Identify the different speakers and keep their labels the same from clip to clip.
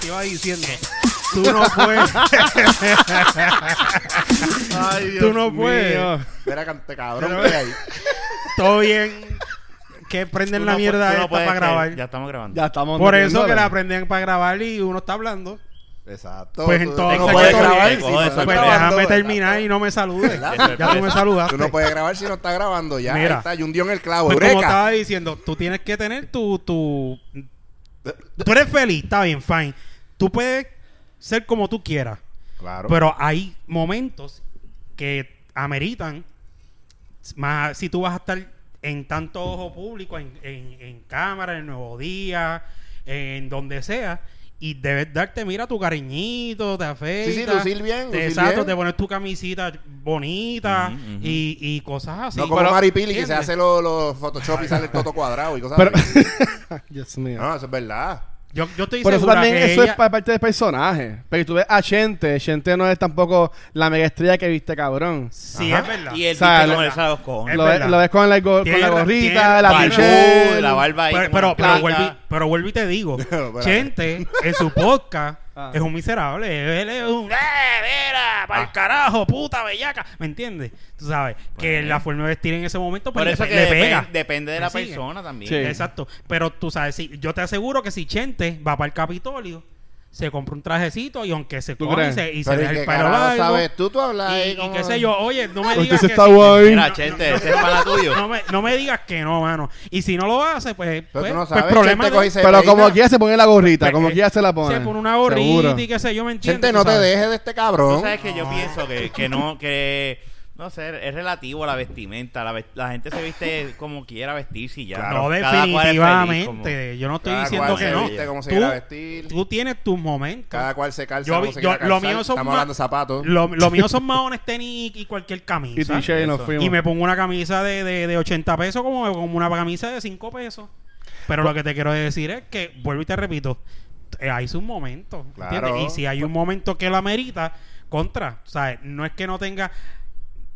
Speaker 1: te iba diciendo. Tú no puedes.
Speaker 2: Ay, Dios
Speaker 1: Tú no puedes.
Speaker 2: mío. Mira, cante cabrón,
Speaker 1: Pero-
Speaker 2: ¿qué hay ahí.
Speaker 1: Todo bien. Que prenden
Speaker 3: Tú
Speaker 1: la
Speaker 3: no
Speaker 1: mierda
Speaker 3: pu- tú no
Speaker 1: esta
Speaker 3: puedes
Speaker 1: para
Speaker 3: creer.
Speaker 1: grabar.
Speaker 3: Ya estamos grabando.
Speaker 4: Ya estamos.
Speaker 1: Por
Speaker 4: metiendo,
Speaker 1: eso que la
Speaker 4: ¿verdad?
Speaker 1: prenden para grabar y uno está hablando.
Speaker 2: Exacto.
Speaker 1: Pues
Speaker 2: tú-
Speaker 1: en todo
Speaker 2: tú
Speaker 1: lo
Speaker 2: no
Speaker 1: que
Speaker 2: puedes
Speaker 1: toque,
Speaker 2: grabar
Speaker 3: te
Speaker 2: si
Speaker 3: cojo
Speaker 2: no
Speaker 3: de
Speaker 2: estás
Speaker 1: Pues
Speaker 3: sorpresa.
Speaker 2: grabando,
Speaker 1: déjame
Speaker 2: ¿verdad?
Speaker 1: terminar y no me saludes.
Speaker 2: ¿Verdad?
Speaker 1: Ya tú me saludaste.
Speaker 2: Tú no puedes grabar si no estás grabando ya.
Speaker 1: Mira.
Speaker 2: Ahí está, y un dio en el clavo.
Speaker 1: Pues como
Speaker 2: ¡Eureka!
Speaker 1: estaba diciendo, tú tienes que tener tu, tu... Tú eres feliz, está bien, fine. Tú puedes ser como tú quieras.
Speaker 2: Claro.
Speaker 1: Pero hay momentos que ameritan, más si tú vas a estar en tanto ojo público, en, en- en cámara, en Nuevo Día, en donde sea, y debes darte, mira, tu cariñito, te afeitas.
Speaker 2: lucir bien,
Speaker 1: te-
Speaker 2: lucir
Speaker 1: Exacto,
Speaker 2: bien.
Speaker 1: te pones tu camisita bonita
Speaker 3: Ujú, ujú.
Speaker 1: Y, y cosas así.
Speaker 2: no como
Speaker 4: pero-
Speaker 2: Mari Pili que se
Speaker 1: ¿entiendes?
Speaker 2: hace los los Photoshop y sale el toto cuadrado y cosas
Speaker 4: Pero.
Speaker 2: así.
Speaker 4: Dios mío.
Speaker 1: Ah,
Speaker 2: No, eso es verdad.
Speaker 1: Yo, yo estoy
Speaker 4: Pero eso
Speaker 1: segura
Speaker 4: también
Speaker 1: que
Speaker 4: eso
Speaker 1: ella-
Speaker 4: es pa- parte del personaje. Pero tú ves a Chente. Chente no es tampoco la mega estrella que viste, cabrón.
Speaker 1: Sí,
Speaker 2: Ajá.
Speaker 1: es verdad.
Speaker 3: Y él
Speaker 4: O sea,
Speaker 3: viste
Speaker 4: lo-
Speaker 3: como le sale los cojones.
Speaker 1: Es
Speaker 4: Lo ves,
Speaker 1: verdad.
Speaker 4: lo ves con la, go- con
Speaker 1: Tiene
Speaker 4: la
Speaker 1: ra-
Speaker 4: gorrita,
Speaker 1: tiene
Speaker 4: la
Speaker 1: razón.
Speaker 4: pichel.
Speaker 3: la barba ahí.
Speaker 1: Pero,
Speaker 3: como
Speaker 1: pero,
Speaker 3: una
Speaker 1: pero,
Speaker 3: planta.
Speaker 1: vuelvo, y- pero vuelvo y te digo,
Speaker 2: Pero,
Speaker 1: Chente en su podcast
Speaker 4: Ah.
Speaker 1: es un miserable, él es un ¡eh, mira, para el carajo, puta bellaca! ¿Me entiendes? Tú sabes, que
Speaker 3: Bueno.
Speaker 1: la forma de vestir en ese momento pues,
Speaker 3: Por eso
Speaker 1: le,
Speaker 3: que
Speaker 1: le
Speaker 3: depen-
Speaker 1: pega.
Speaker 3: depende de
Speaker 1: ¿Me
Speaker 3: la
Speaker 1: sigue?
Speaker 3: persona también.
Speaker 4: Sí.
Speaker 1: Exacto. Pero tú sabes, si, yo te aseguro que si Chente va para el Capitolio, se compra un trajecito y aunque se
Speaker 4: ¿Tú
Speaker 1: coge y
Speaker 4: crees?
Speaker 1: se, y se
Speaker 2: Pero
Speaker 1: deja
Speaker 2: ¿y
Speaker 1: el
Speaker 2: qué
Speaker 1: pelo
Speaker 2: carajo
Speaker 1: largo,
Speaker 2: sabes tú? Tú hablas
Speaker 1: y,
Speaker 2: ahí
Speaker 1: y
Speaker 2: como-
Speaker 1: qué sé yo, oye, no me
Speaker 4: Usted
Speaker 1: digas
Speaker 4: se
Speaker 1: que
Speaker 4: está
Speaker 1: sí.
Speaker 4: guay.
Speaker 3: Mira, Chente, este es para tuyo.
Speaker 1: No me, no me digas que no, mano. Y si no lo hace, pues,
Speaker 2: Pero
Speaker 1: pues,
Speaker 2: tú no
Speaker 1: pues,
Speaker 2: sabes.
Speaker 1: problema
Speaker 2: Chente
Speaker 1: de-
Speaker 2: coge y se
Speaker 4: Pero
Speaker 2: peina.
Speaker 4: como quiera se pone la gorrita. Como
Speaker 1: Eh,
Speaker 4: quiera se la pone.
Speaker 1: Se pone una gorrita
Speaker 4: Seguro.
Speaker 1: y qué sé yo, ¿me entiendes?
Speaker 2: Chente,
Speaker 1: Tú
Speaker 2: no te
Speaker 1: sabes.
Speaker 2: dejes de este
Speaker 3: Tú
Speaker 2: cabrón.
Speaker 3: sabes que yo pienso que, que no, que no sé, es relativo a la vestimenta. La, ve- la gente se viste como quiera vestirse y ya.
Speaker 1: No,
Speaker 3: Cada cual es feliz,
Speaker 1: definitivamente. yo no estoy
Speaker 2: Cada
Speaker 1: diciendo
Speaker 2: cual
Speaker 1: que
Speaker 2: se
Speaker 1: no.
Speaker 2: viste como se
Speaker 1: Tú-
Speaker 2: quiera vestir.
Speaker 1: Tú tienes tus momentos.
Speaker 2: Cada cual se calza
Speaker 1: Yo vi-
Speaker 2: como se
Speaker 1: yo-
Speaker 2: quiera
Speaker 1: lo
Speaker 2: calzar.
Speaker 1: mío son
Speaker 2: Estamos
Speaker 1: ma-
Speaker 2: hablando de zapatos.
Speaker 1: Lo, lo mío son maones, tenis y cualquier
Speaker 4: Y
Speaker 1: camisa.
Speaker 4: t-shirt y nos
Speaker 3: Eso.
Speaker 4: fuimos.
Speaker 1: Y me pongo una camisa de, de, de 80 pesos como, como una camisa de 5 pesos. Pero
Speaker 4: Pues
Speaker 1: lo que te quiero decir es que, vuelvo y te repito, eh, hay sus momentos. ¿entiendes?
Speaker 2: Claro.
Speaker 1: Y si hay
Speaker 4: Pues
Speaker 1: un momento que lo amerita, contra. ¿Sabes? No es que no tenga.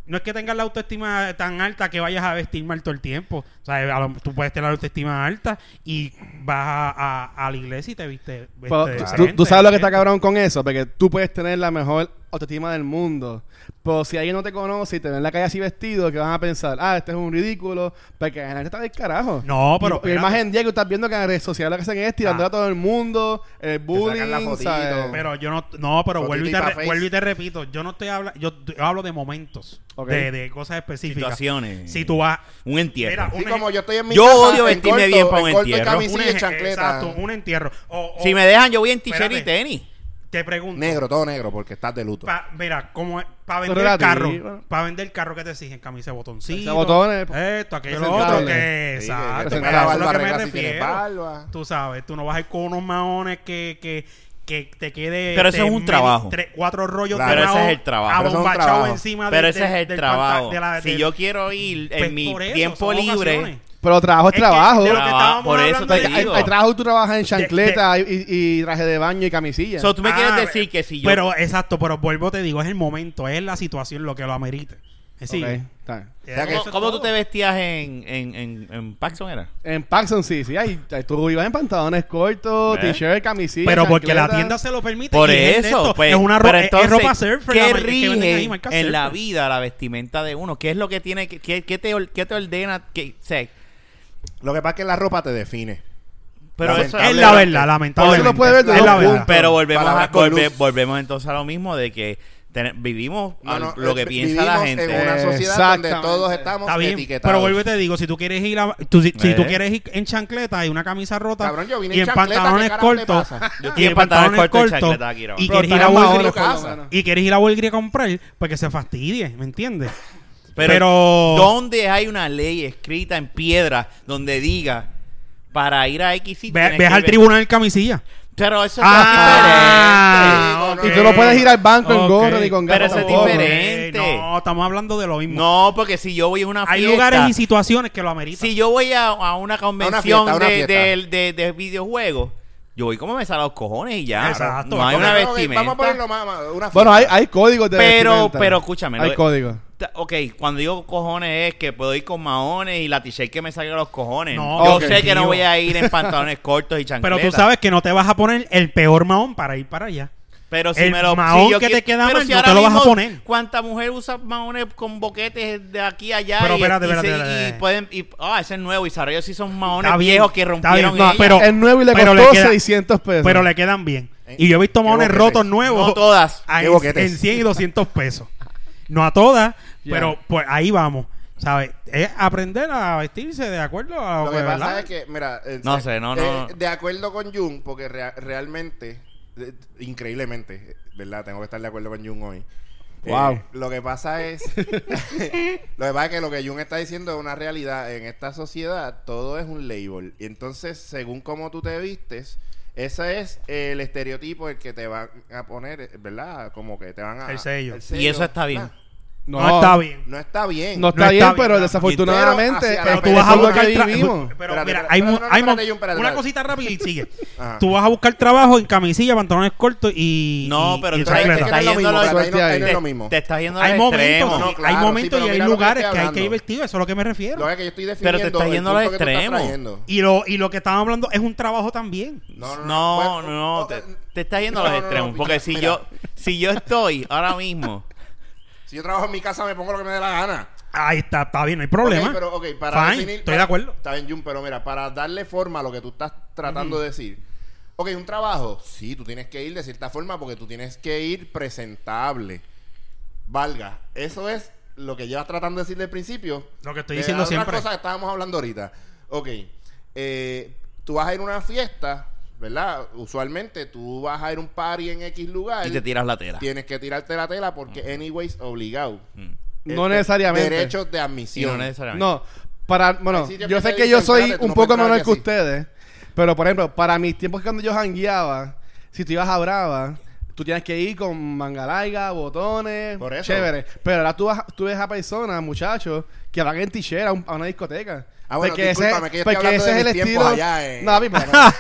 Speaker 1: No es que tengas la autoestima tan alta que vayas a vestir mal todo el tiempo. O sea, a lo- tú puedes tener la autoestima alta y vas a, a- a la iglesia y te viste. viste
Speaker 4: Pero, Pues, tú-
Speaker 1: decente,
Speaker 4: tú, tú sabes lo que está
Speaker 1: ¿entiendes?
Speaker 4: cabrón con eso, porque tú puedes tener la mejor autoestima del mundo, pero si alguien no te conoce y te ve en la calle así vestido, que van a pensar, ah, este es un ridículo, porque la gente está del carajo.
Speaker 1: No, pero espérate.
Speaker 4: Y- y
Speaker 1: Ah.
Speaker 4: la imagen día que estás viendo que en las redes sociales lo que hacen es tirando a todo el mundo, el bullying,
Speaker 2: la fotito.
Speaker 4: ¿sabes?
Speaker 1: Pero yo no, no, pero
Speaker 2: Fotito
Speaker 1: vuelvo y,
Speaker 2: y
Speaker 1: te
Speaker 2: pa'
Speaker 1: re-
Speaker 2: face.
Speaker 1: vuelvo y te repito, yo no estoy hablando, yo, t- hablo de momentos,
Speaker 4: Ok.
Speaker 1: de, de cosas específicas.
Speaker 3: Situaciones.
Speaker 1: Si tú vas,
Speaker 3: Un entierro.
Speaker 1: Mira,
Speaker 2: Sí,
Speaker 1: un-
Speaker 2: como yo estoy en mi
Speaker 3: Yo
Speaker 2: casa,
Speaker 3: odio
Speaker 2: en
Speaker 3: vestirme
Speaker 2: corto,
Speaker 3: bien para un
Speaker 2: en corto y
Speaker 3: entierro.
Speaker 2: camisilla y
Speaker 1: eje-
Speaker 2: chancleta.
Speaker 1: exacto, un entierro. O- o-
Speaker 3: Si me dejan, yo voy en t-shirt y
Speaker 1: Espérate.
Speaker 3: tenis.
Speaker 1: te pregunto,
Speaker 2: Negro, todo negro, porque estás de luto.
Speaker 1: pa- mira, como para
Speaker 4: Eso
Speaker 1: vender el
Speaker 4: relativo.
Speaker 1: carro, para vender el carro que te exigen, camisa de botoncito,
Speaker 4: Camisa de botones,
Speaker 1: esto, aquello lo
Speaker 4: presentable.
Speaker 1: otro, que
Speaker 2: Sí, que-
Speaker 1: exacto,
Speaker 2: que
Speaker 1: pero
Speaker 2: tenga la
Speaker 1: eso es lo
Speaker 2: barba
Speaker 1: que me
Speaker 2: regla si tienes
Speaker 1: refiero.
Speaker 2: barba.
Speaker 1: Tú sabes, tú no vas a ir con unos maones que, que, que te quede.
Speaker 3: Pero eso
Speaker 1: te
Speaker 3: es un
Speaker 1: men-
Speaker 3: trabajo.
Speaker 1: tres- cuatro rollos
Speaker 2: Claro,
Speaker 1: de
Speaker 3: pero ese
Speaker 1: maón
Speaker 3: es el trabajo. Pero
Speaker 2: eso es un
Speaker 1: abombachado
Speaker 2: trabajo.
Speaker 1: encima
Speaker 3: Pero
Speaker 1: de-
Speaker 3: ese
Speaker 1: del-
Speaker 3: es el
Speaker 1: del
Speaker 3: trabajo.
Speaker 1: pantal- de la-
Speaker 3: si
Speaker 1: del-
Speaker 3: yo quiero ir en
Speaker 1: Pues
Speaker 3: mi
Speaker 1: por eso,
Speaker 3: tiempo
Speaker 1: son
Speaker 3: libre,
Speaker 1: ocasiones.
Speaker 4: Pero trabajo es,
Speaker 1: que-
Speaker 4: trabajo.
Speaker 1: de lo que
Speaker 3: Traba-
Speaker 1: estábamos
Speaker 3: por eso
Speaker 1: hablando
Speaker 3: te
Speaker 1: de-
Speaker 4: Hay,
Speaker 3: digo.
Speaker 4: hay trabajo tú trabajas en chancleta y, y traje de baño y
Speaker 3: o
Speaker 4: camisilla.
Speaker 3: tú me
Speaker 1: Ah,
Speaker 3: quieres decir que si yo.
Speaker 1: Pero exacto, pero vuelvo te digo, es el momento, es la situación lo que lo amerite. eh, Sí.
Speaker 4: Ok, está bien.
Speaker 2: sea que-
Speaker 3: ¿Cómo, cómo tú te vestías en, en, en, en Paxson era?
Speaker 4: En Paxson sí, sí, ahí, ahí tú ibas en pantalones cortos,
Speaker 3: ¿Eh?
Speaker 4: t-shirt, camisilla.
Speaker 1: Pero porque la
Speaker 4: chancleta.
Speaker 1: tienda se lo permite.
Speaker 3: Por
Speaker 1: y es de
Speaker 3: eso,
Speaker 1: esto,
Speaker 3: pues,
Speaker 1: es una
Speaker 3: pero
Speaker 1: ropa,
Speaker 3: entonces,
Speaker 1: es ropa surfer.
Speaker 3: ¿qué
Speaker 1: la mar- que venden ahí,
Speaker 3: rige
Speaker 1: marca
Speaker 3: en la
Speaker 1: surfer.
Speaker 3: vida la vestimenta de uno? ¿Qué es lo que tiene, que- qué, qué te, or- qué te ordena? Que, o sea,
Speaker 2: Lo que pasa es que la ropa te define.
Speaker 3: pero eso
Speaker 1: Es
Speaker 2: Lamentable.
Speaker 1: la verdad, lamentablemente.
Speaker 4: Eso lo puede ver de
Speaker 1: es
Speaker 4: dos
Speaker 1: la verdad.
Speaker 4: puntos.
Speaker 3: Pero volvemos, a,
Speaker 2: Palabras con
Speaker 3: volve-
Speaker 2: luz.
Speaker 3: volvemos entonces a lo mismo de que ten- vivimos
Speaker 2: No,
Speaker 3: al-
Speaker 2: no,
Speaker 3: lo que
Speaker 2: eh,
Speaker 3: piensa la
Speaker 2: vivimos
Speaker 3: gente.
Speaker 2: En una sociedad donde
Speaker 4: Exactamente.
Speaker 2: todos estamos
Speaker 1: Está bien,
Speaker 2: etiquetados.
Speaker 1: pero vuelvo y te digo, si tú quieres ir a- tú- si, si
Speaker 3: Eh.
Speaker 1: tú quieres ir en chancleta y una camisa rota
Speaker 2: Cabrón, yo vine
Speaker 1: y
Speaker 2: en
Speaker 1: en
Speaker 2: chancleta,
Speaker 1: pantalones
Speaker 2: ¿qué carajo te
Speaker 1: cortos
Speaker 2: pasa?
Speaker 3: Yo estoy
Speaker 1: y en pantalones
Speaker 3: cortos y
Speaker 1: cortos
Speaker 3: chancleta aquí, ¿no.
Speaker 1: y
Speaker 4: Pero
Speaker 1: quieres ir
Speaker 4: estás
Speaker 1: a
Speaker 4: en
Speaker 1: Walgreens
Speaker 4: maones, por lo
Speaker 2: casa.
Speaker 4: menos.
Speaker 1: y quieres ir a Walgreens a comprar pues que se fastidie, ¿me entiendes?
Speaker 3: Pero,
Speaker 1: Pero-
Speaker 3: ¿dónde hay una ley escrita en piedra donde diga para ir a X sitio
Speaker 1: Ve,
Speaker 3: tienes
Speaker 1: ves
Speaker 3: que
Speaker 1: al
Speaker 3: ver-
Speaker 1: tribunal en camisa
Speaker 3: Pero eso
Speaker 1: Ah,
Speaker 2: diferente.
Speaker 4: Y tú no puedes ir al banco en
Speaker 1: Ok.
Speaker 4: gorra ni con
Speaker 3: Pero
Speaker 4: gafas
Speaker 3: eso es
Speaker 4: tampoco.
Speaker 3: diferente.
Speaker 1: No, estamos hablando de lo
Speaker 3: es
Speaker 1: mismo.
Speaker 3: diferente. No, porque si yo voy a una
Speaker 1: Hay
Speaker 3: fiesta...
Speaker 1: lugares y situaciones que lo ameritan.
Speaker 3: Si yo voy a, a una
Speaker 2: A
Speaker 3: convención
Speaker 2: una fiesta, a una
Speaker 3: de,
Speaker 2: fiesta.
Speaker 3: de- de- de videojuegos, yo voy como me salen los cojones y ya.
Speaker 1: Exacto.
Speaker 3: No hay una
Speaker 1: Porque
Speaker 2: Ok, Vamos a
Speaker 3: vestimenta.
Speaker 2: ponerlo más, más, una
Speaker 4: Bueno, hay,
Speaker 2: fiesta.
Speaker 4: hay códigos de
Speaker 3: Pero,
Speaker 4: vestimenta.
Speaker 3: pero escúchame.
Speaker 4: Hay
Speaker 3: lo-
Speaker 4: códigos.
Speaker 3: ta- Ok, cuando digo cojones es que puedo ir con maones y la t-shirt que me salga de los cojones.
Speaker 1: No,
Speaker 3: Yo
Speaker 4: ok.
Speaker 3: sé que no
Speaker 1: tío.
Speaker 3: voy a ir en pantalones cortos y chancletas.
Speaker 1: Pero tú sabes que no te vas a poner el peor mahón para ir para allá.
Speaker 3: Pero si
Speaker 1: El
Speaker 3: me lo
Speaker 1: mahón
Speaker 3: si yo
Speaker 1: que
Speaker 3: qui-
Speaker 1: te queda
Speaker 3: pero
Speaker 1: mal, no te lo vas a poner.
Speaker 3: ¿Cuánta mujer usa maones con boquetes de aquí a allá?
Speaker 1: Pero
Speaker 3: y,
Speaker 1: espérate,
Speaker 3: y se-
Speaker 1: espérate,
Speaker 3: y
Speaker 1: espérate.
Speaker 3: pueden y- ah, ese es nuevo y sabrá yo si son maones
Speaker 1: Está bien,
Speaker 3: viejos que
Speaker 1: está bien,
Speaker 3: rompieron
Speaker 1: no,
Speaker 3: ellas.
Speaker 1: pero-
Speaker 4: El nuevo y le
Speaker 1: Pero le
Speaker 4: costó
Speaker 1: queda-
Speaker 4: 600 pesos.
Speaker 1: Pero le quedan bien.
Speaker 2: Eh,
Speaker 1: Y yo he visto
Speaker 2: qué
Speaker 1: maones
Speaker 2: boquetes.
Speaker 1: rotos nuevos.
Speaker 3: No todas.
Speaker 1: a-
Speaker 2: Qué
Speaker 1: en,
Speaker 2: boquetes.
Speaker 1: en 100 y 200 pesos. No a todas,
Speaker 4: Ya.
Speaker 1: pero pues ahí vamos. ¿Sabes? Es aprender a vestirse de acuerdo a lo,
Speaker 2: Lo
Speaker 1: que,
Speaker 2: que pasa
Speaker 1: Ah, ¿verdad?
Speaker 2: es que, mira, eh,
Speaker 3: No
Speaker 2: eh,
Speaker 3: sé, no,
Speaker 2: eh,
Speaker 3: no.
Speaker 2: De acuerdo con Jung, porque rea- realmente, eh, increíblemente, eh, ¿verdad? Tengo que estar de acuerdo con Jung hoy. Eh,
Speaker 4: Wow.
Speaker 2: lo que pasa es. lo que pasa es que lo que Jung está diciendo es una realidad. En esta sociedad todo es un label. Y entonces, según cómo tú te vistes. Ese es eh, el estereotipo el que te van a poner, eh, ¿verdad? Como que te van a...
Speaker 1: El sello.
Speaker 3: Y eso está bien.
Speaker 1: no, está bien.
Speaker 2: No está bien.
Speaker 4: No está,
Speaker 1: No
Speaker 4: bien,
Speaker 1: está bien,
Speaker 4: pero
Speaker 1: claro.
Speaker 4: desafortunadamente
Speaker 2: Pero hacia
Speaker 1: Pero
Speaker 2: la
Speaker 1: tú vas a
Speaker 2: Eso es lo
Speaker 1: buscar
Speaker 4: que
Speaker 1: tra-
Speaker 4: vivimos.
Speaker 1: Pero
Speaker 2: Espérate,
Speaker 1: mira,
Speaker 2: espérate,
Speaker 1: hay,
Speaker 2: no,
Speaker 1: mu-
Speaker 2: no, no,
Speaker 1: hay mon-
Speaker 2: espérate, Jun, espérate,
Speaker 1: una
Speaker 2: espérate.
Speaker 1: cosita rápida y sigue.
Speaker 2: Ajá.
Speaker 1: Tú vas a buscar trabajo en camisilla, pantalones cortos y
Speaker 3: No,
Speaker 1: y-
Speaker 3: pero
Speaker 1: y
Speaker 3: tú sabes que
Speaker 1: chancleta.
Speaker 3: está
Speaker 2: Ahí no es lo
Speaker 3: yendo
Speaker 2: mismo,
Speaker 3: a los-
Speaker 2: pero ahí no- ahí no es lo
Speaker 3: te,
Speaker 2: mismo.
Speaker 3: te estás yendo
Speaker 1: hay
Speaker 3: al
Speaker 1: momentos,
Speaker 3: extremo.
Speaker 1: sí,
Speaker 2: No, claro,
Speaker 1: hay
Speaker 2: sí,
Speaker 1: momentos
Speaker 2: pero
Speaker 1: y hay
Speaker 2: mira lo que
Speaker 1: lugares que,
Speaker 2: estoy
Speaker 1: hay que ir
Speaker 2: hablando.
Speaker 1: vestido, eso es lo que me refiero.
Speaker 2: Lo que yo estoy
Speaker 3: Pero
Speaker 2: definiendo
Speaker 3: te estás
Speaker 2: el
Speaker 3: yendo a los
Speaker 2: punto que tú estás
Speaker 3: extremos.
Speaker 2: trayendo.
Speaker 1: Y lo y lo que estamos hablando es un trabajo también.
Speaker 2: No, no,
Speaker 3: No,
Speaker 2: pues,
Speaker 3: no,
Speaker 2: o-
Speaker 3: te, te estás yendo a
Speaker 2: no,
Speaker 3: los
Speaker 2: no, no,
Speaker 3: extremos.
Speaker 2: mira,
Speaker 3: porque si
Speaker 2: mira,
Speaker 3: yo si yo estoy ahora mismo,
Speaker 2: Si yo trabajo en mi casa, me pongo lo que me dé la gana.
Speaker 1: Ahí está, está bien, no hay problema.
Speaker 2: Ok, pero, ok, para
Speaker 1: Fine,
Speaker 2: definir-
Speaker 1: estoy de acuerdo.
Speaker 2: Está bien, Jun, pero mira, para darle forma a lo que tú estás tratando de decir. Ok, un trabajo, sí, tú tienes que ir de cierta forma porque tú tienes que ir presentable. Valga, eso es lo que llevas tratando de decir del principio.
Speaker 1: Lo que estoy
Speaker 2: De
Speaker 1: diciendo
Speaker 2: la otra
Speaker 1: siempre.
Speaker 2: cosa que estábamos hablando ahorita. Ok, eh, tú vas a ir a una fiesta, ¿verdad? Usualmente tú vas a ir a un party en X lugar.
Speaker 3: y te tiras la tela.
Speaker 2: Tienes que tirarte la tela porque, anyways, obligado.
Speaker 3: Mm.
Speaker 4: No
Speaker 2: Este,
Speaker 4: necesariamente.
Speaker 2: Derechos de
Speaker 3: Y
Speaker 2: admisión.
Speaker 3: no necesariamente.
Speaker 4: No, para,
Speaker 2: Hay
Speaker 4: bueno,
Speaker 2: sitios
Speaker 4: yo
Speaker 2: que
Speaker 4: sé
Speaker 2: te
Speaker 4: que
Speaker 2: dicen,
Speaker 4: yo soy
Speaker 2: espérate, tú
Speaker 4: un
Speaker 2: no
Speaker 4: poco
Speaker 2: puedes
Speaker 4: menor que
Speaker 2: trabajar
Speaker 4: ustedes, pero por ejemplo, para mis tiempos cuando yo jangueaba, si tú ibas a Brava, tú tienes que ir con manga larga, botones,
Speaker 2: Por eso.
Speaker 4: chévere. Pero ahora tú, vas, tú ves a personas, muchachos, que van en tijera a, un- a una discoteca.
Speaker 2: Ah, bueno,
Speaker 4: Porque ese-
Speaker 2: discúlpame, que yo estoy
Speaker 4: porque
Speaker 2: hablando
Speaker 4: ese
Speaker 2: de
Speaker 4: es el
Speaker 2: mis
Speaker 4: estilo.
Speaker 2: tiempos allá, eh.
Speaker 4: No, mi papá.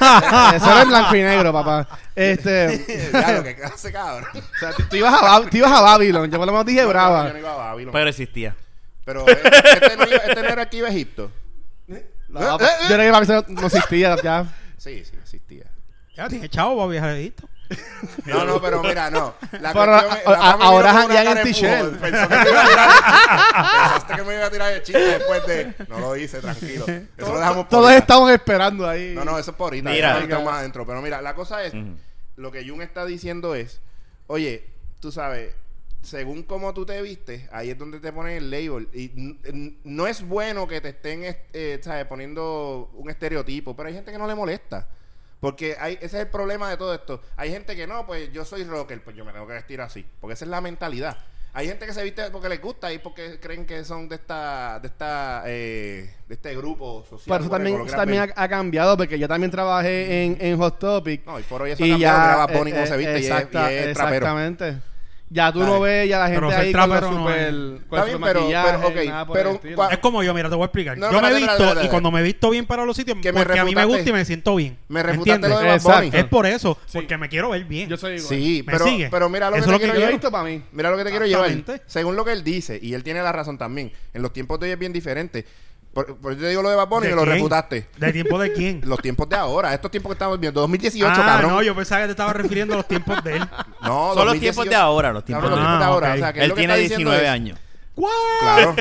Speaker 4: Eso era en blanco y negro, papá. Este,
Speaker 2: ya lo que hace cabrón.
Speaker 4: o sea, tú, tú ibas a, Bab- tú ibas a Babylon. Yo por lo menos dije Brava.
Speaker 2: Yo no iba a Babilón.
Speaker 3: Pero existía.
Speaker 2: Pero, eh, este, no iba- este no era aquí de Egipto.
Speaker 4: No, papá, yo creo que Babylon no existía ya.
Speaker 2: Sí, sí, existía.
Speaker 1: Ya tiene chavo para viajar de esto.
Speaker 2: No, no, pero mira, no. La
Speaker 4: Pero
Speaker 2: cuestión es-
Speaker 4: a- a-
Speaker 2: Rafa me
Speaker 4: ahora
Speaker 2: miró con una
Speaker 4: janguean en
Speaker 2: cara de
Speaker 4: t-shirt.
Speaker 2: pujol. Pensó que me iba a tirar- Pensaste que me iba a tirar el chiste después de. No lo hice, tranquilo. Eso lo dejamos por
Speaker 4: Todos
Speaker 2: ahorita.
Speaker 4: estamos esperando ahí.
Speaker 2: No, no, eso es por ahorita.
Speaker 3: Mira.
Speaker 2: Mira, más adentro. Pero mira, la cosa es,
Speaker 3: Ujú.
Speaker 2: lo que Jun está diciendo es, oye, tú sabes, según cómo tú te vistes, ahí es donde te ponen el label. Y n- n- no es bueno que te estén, est- eh, sabes, poniendo un estereotipo, pero hay gente que no le molesta. Porque hay, ese es el problema de todo esto. Hay gente que no, pues yo soy rocker, pues yo me tengo que vestir así. Porque esa es la mentalidad. Hay gente que se viste porque les gusta y porque creen que son de esta, de esta, eh, de este grupo social.
Speaker 4: Pero eso también,
Speaker 2: whatever,
Speaker 4: eso
Speaker 2: lo
Speaker 4: también
Speaker 2: quieras
Speaker 4: ha, ha cambiado porque yo también trabajé en, en Hot Topic.
Speaker 2: no, y por hoy eso y cambiado, ya, Bad Bunny
Speaker 4: eh,
Speaker 2: cómo se
Speaker 4: eh,
Speaker 2: viste y es-
Speaker 4: exacta-
Speaker 2: y es, trapero.
Speaker 4: Exactamente. Ya tú
Speaker 2: Dale.
Speaker 4: no ves ya la gente
Speaker 1: Pero ser
Speaker 4: ahí con los
Speaker 1: trapero no
Speaker 4: super,
Speaker 1: es.
Speaker 4: con
Speaker 2: Está
Speaker 4: su
Speaker 2: bien, pero-
Speaker 4: maquillaje,
Speaker 2: pero, ok,
Speaker 4: nada por
Speaker 2: pero
Speaker 4: el
Speaker 2: un
Speaker 4: estilo.
Speaker 2: cua-
Speaker 1: Es como yo, mira, te voy a explicar.
Speaker 2: Ah.
Speaker 1: yo
Speaker 2: No,
Speaker 1: me he
Speaker 2: espérate,
Speaker 1: visto
Speaker 2: espérate, espérate.
Speaker 1: y cuando me he visto bien para los sitios,
Speaker 2: Que me
Speaker 1: porque a mí me
Speaker 2: refutaste.
Speaker 1: gusta y me siento bien.
Speaker 2: Me refutaste lo de
Speaker 4: ¿Entiendes?
Speaker 2: Bad Bunny.
Speaker 1: Es por eso,
Speaker 4: Sí.
Speaker 1: porque me quiero ver bien.
Speaker 4: Yo soy igual.
Speaker 2: Sí,
Speaker 1: ¿Me
Speaker 2: pero,
Speaker 1: sigue?
Speaker 2: pero mira lo que
Speaker 1: Eso es
Speaker 2: te
Speaker 1: lo que
Speaker 2: quiero
Speaker 1: yo he
Speaker 4: Yo he
Speaker 2: llevar.
Speaker 4: visto para mí.
Speaker 2: Mira lo que te quiero llevar.
Speaker 1: Exactamente.
Speaker 2: Según lo que él dice, y él tiene la razón también, en los tiempos de hoy es bien diferente. Por, por eso te digo lo de Bad Bunny y
Speaker 1: ¿De
Speaker 2: me lo
Speaker 1: quién?
Speaker 2: refutaste.
Speaker 1: ¿De tiempo de quién?
Speaker 2: Los tiempos de ahora, estos tiempos que estamos viendo, 2018,
Speaker 1: ah,
Speaker 2: cabrón.
Speaker 1: no, yo pensaba que te estaba refiriendo a los tiempos de él.
Speaker 2: No,
Speaker 3: Son los tiempos de
Speaker 2: 2018.
Speaker 3: ahora, los tiempos
Speaker 2: Cabrón, los
Speaker 1: de
Speaker 3: de ahora.
Speaker 2: tiempos
Speaker 1: Ah,
Speaker 2: de ahora.
Speaker 1: ok.
Speaker 2: O sea, que él
Speaker 3: Él
Speaker 2: lo que
Speaker 3: tiene
Speaker 2: está diciendo
Speaker 3: 19
Speaker 2: es-
Speaker 3: años.
Speaker 2: Claro.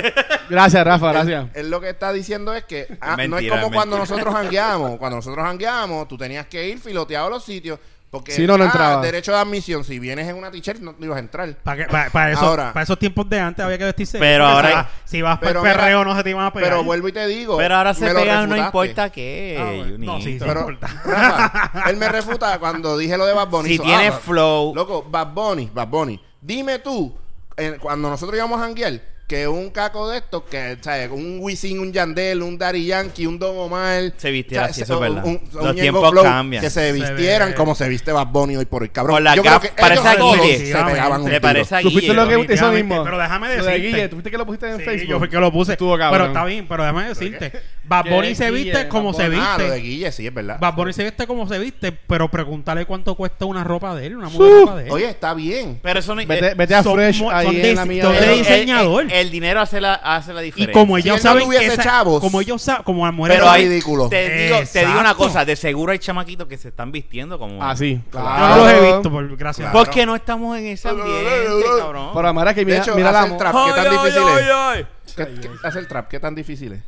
Speaker 4: Gracias, Rafa, gracias.
Speaker 2: Él lo que está diciendo es que ah, no es
Speaker 3: mentira,
Speaker 2: como
Speaker 3: es
Speaker 2: cuando
Speaker 3: mentira.
Speaker 2: nosotros hangueamos. Cuando nosotros hangueamos, tú tenías que ir filoteado a los sitios. Porque
Speaker 4: Si no, no entrabas.
Speaker 2: derecho de admisión. Si vienes en una t-shirt, no, no ibas a entrar.
Speaker 1: Para esos,
Speaker 2: Ahora.
Speaker 1: pa' esos tiempos de antes había que vestirse.
Speaker 3: Pero
Speaker 1: bien,
Speaker 3: ahora-
Speaker 1: porque Si vas para el
Speaker 2: Pero mira,
Speaker 1: perreo, no se te iban a pegar.
Speaker 2: Pero vuelvo y te digo.
Speaker 3: Pero ahora se
Speaker 2: me lo
Speaker 3: pegan, no
Speaker 2: refutaste.
Speaker 3: importa qué.
Speaker 1: Ah, bueno. No,
Speaker 3: Junito.
Speaker 1: sí, sí,
Speaker 2: Pero,
Speaker 1: importa.
Speaker 2: Rafa, él me refuta cuando dije lo de Bad Bunny. ah,
Speaker 3: Si
Speaker 2: Hizo,
Speaker 3: tiene
Speaker 2: Bad-
Speaker 3: flow.
Speaker 2: Loco, Bad Bunny, Bad Bunny. Dime tú, eh, cuando nosotros íbamos a hanguear, que un caco de estos, que, ¿sabes? Un Wisin, un Yandel, un Daddy Yankee, un Don Omar.
Speaker 3: Se vistiera
Speaker 2: ¿sabes?
Speaker 3: así, eso es verdad. Los
Speaker 2: Ñengo
Speaker 3: tiempos
Speaker 2: Flow,
Speaker 3: cambian.
Speaker 2: Que se
Speaker 1: Se
Speaker 2: vistieran
Speaker 1: ve.
Speaker 2: como se viste Bad Bunny hoy por el cabrón.
Speaker 3: Con la
Speaker 2: Yo creo
Speaker 3: gaf-
Speaker 2: que
Speaker 3: parece
Speaker 2: ellos
Speaker 1: a
Speaker 2: todos
Speaker 1: Guille.
Speaker 2: Se pegaban un
Speaker 3: Le parece a
Speaker 4: Tú fuiste
Speaker 3: Guille.
Speaker 4: lo que eso
Speaker 1: Definitivamente,
Speaker 4: mismo.
Speaker 1: pero déjame
Speaker 4: Lo de
Speaker 1: decirte.
Speaker 4: Guille, ¿tú viste que lo pusiste en
Speaker 1: Sí,
Speaker 4: Facebook?
Speaker 1: yo fui que lo puse.
Speaker 4: Estuvo cabrón.
Speaker 1: Pero está bien, pero déjame decirte. Bad
Speaker 4: Que
Speaker 1: Bunny
Speaker 4: es
Speaker 1: se
Speaker 4: Guille,
Speaker 1: viste
Speaker 4: Bad
Speaker 1: como se
Speaker 2: Ah, lo de
Speaker 1: viste.
Speaker 2: Guille, sí, es verdad.
Speaker 1: Bad Bunny se viste como se viste, pero pregúntale cuánto cuesta una ropa de él, una muda de ropa de él.
Speaker 2: Oye, está bien.
Speaker 3: Pero eso no
Speaker 4: Vete,
Speaker 3: eh,
Speaker 4: vete a
Speaker 1: son
Speaker 4: Fresh
Speaker 1: mo-
Speaker 4: ahí
Speaker 1: son
Speaker 4: en la
Speaker 1: de-
Speaker 4: mía.
Speaker 1: son
Speaker 3: el-
Speaker 1: de
Speaker 3: el-
Speaker 1: diseñador.
Speaker 3: El, el dinero hace la, hace la
Speaker 1: y
Speaker 3: diferencia.
Speaker 1: como
Speaker 2: Si
Speaker 1: ellos
Speaker 2: él no
Speaker 1: saben
Speaker 2: tuviese
Speaker 1: que esa-
Speaker 2: chavos.
Speaker 1: como ellos saben, como las mujeres
Speaker 3: pero
Speaker 2: Era
Speaker 3: hay,
Speaker 2: ridículo.
Speaker 3: Te digo, te digo
Speaker 1: Exacto.
Speaker 3: una cosa, de seguro hay chamaquitos que se están vistiendo como...
Speaker 4: Así.
Speaker 1: yo no los he visto,
Speaker 4: pues.
Speaker 1: por, gracias.
Speaker 2: Claro.
Speaker 3: ¿Por qué no estamos en ese ambiente, cabrón?
Speaker 4: Pero Amara, que
Speaker 2: De
Speaker 4: mira,
Speaker 2: hecho,
Speaker 4: mira la
Speaker 2: hace el
Speaker 4: mo-
Speaker 2: trap, ¿qué tan
Speaker 3: Ay, ay,
Speaker 2: difícil
Speaker 3: ay,
Speaker 2: es?
Speaker 3: ay.
Speaker 2: ¿Qué, qué hace el trap? ¿Qué tan difícil es?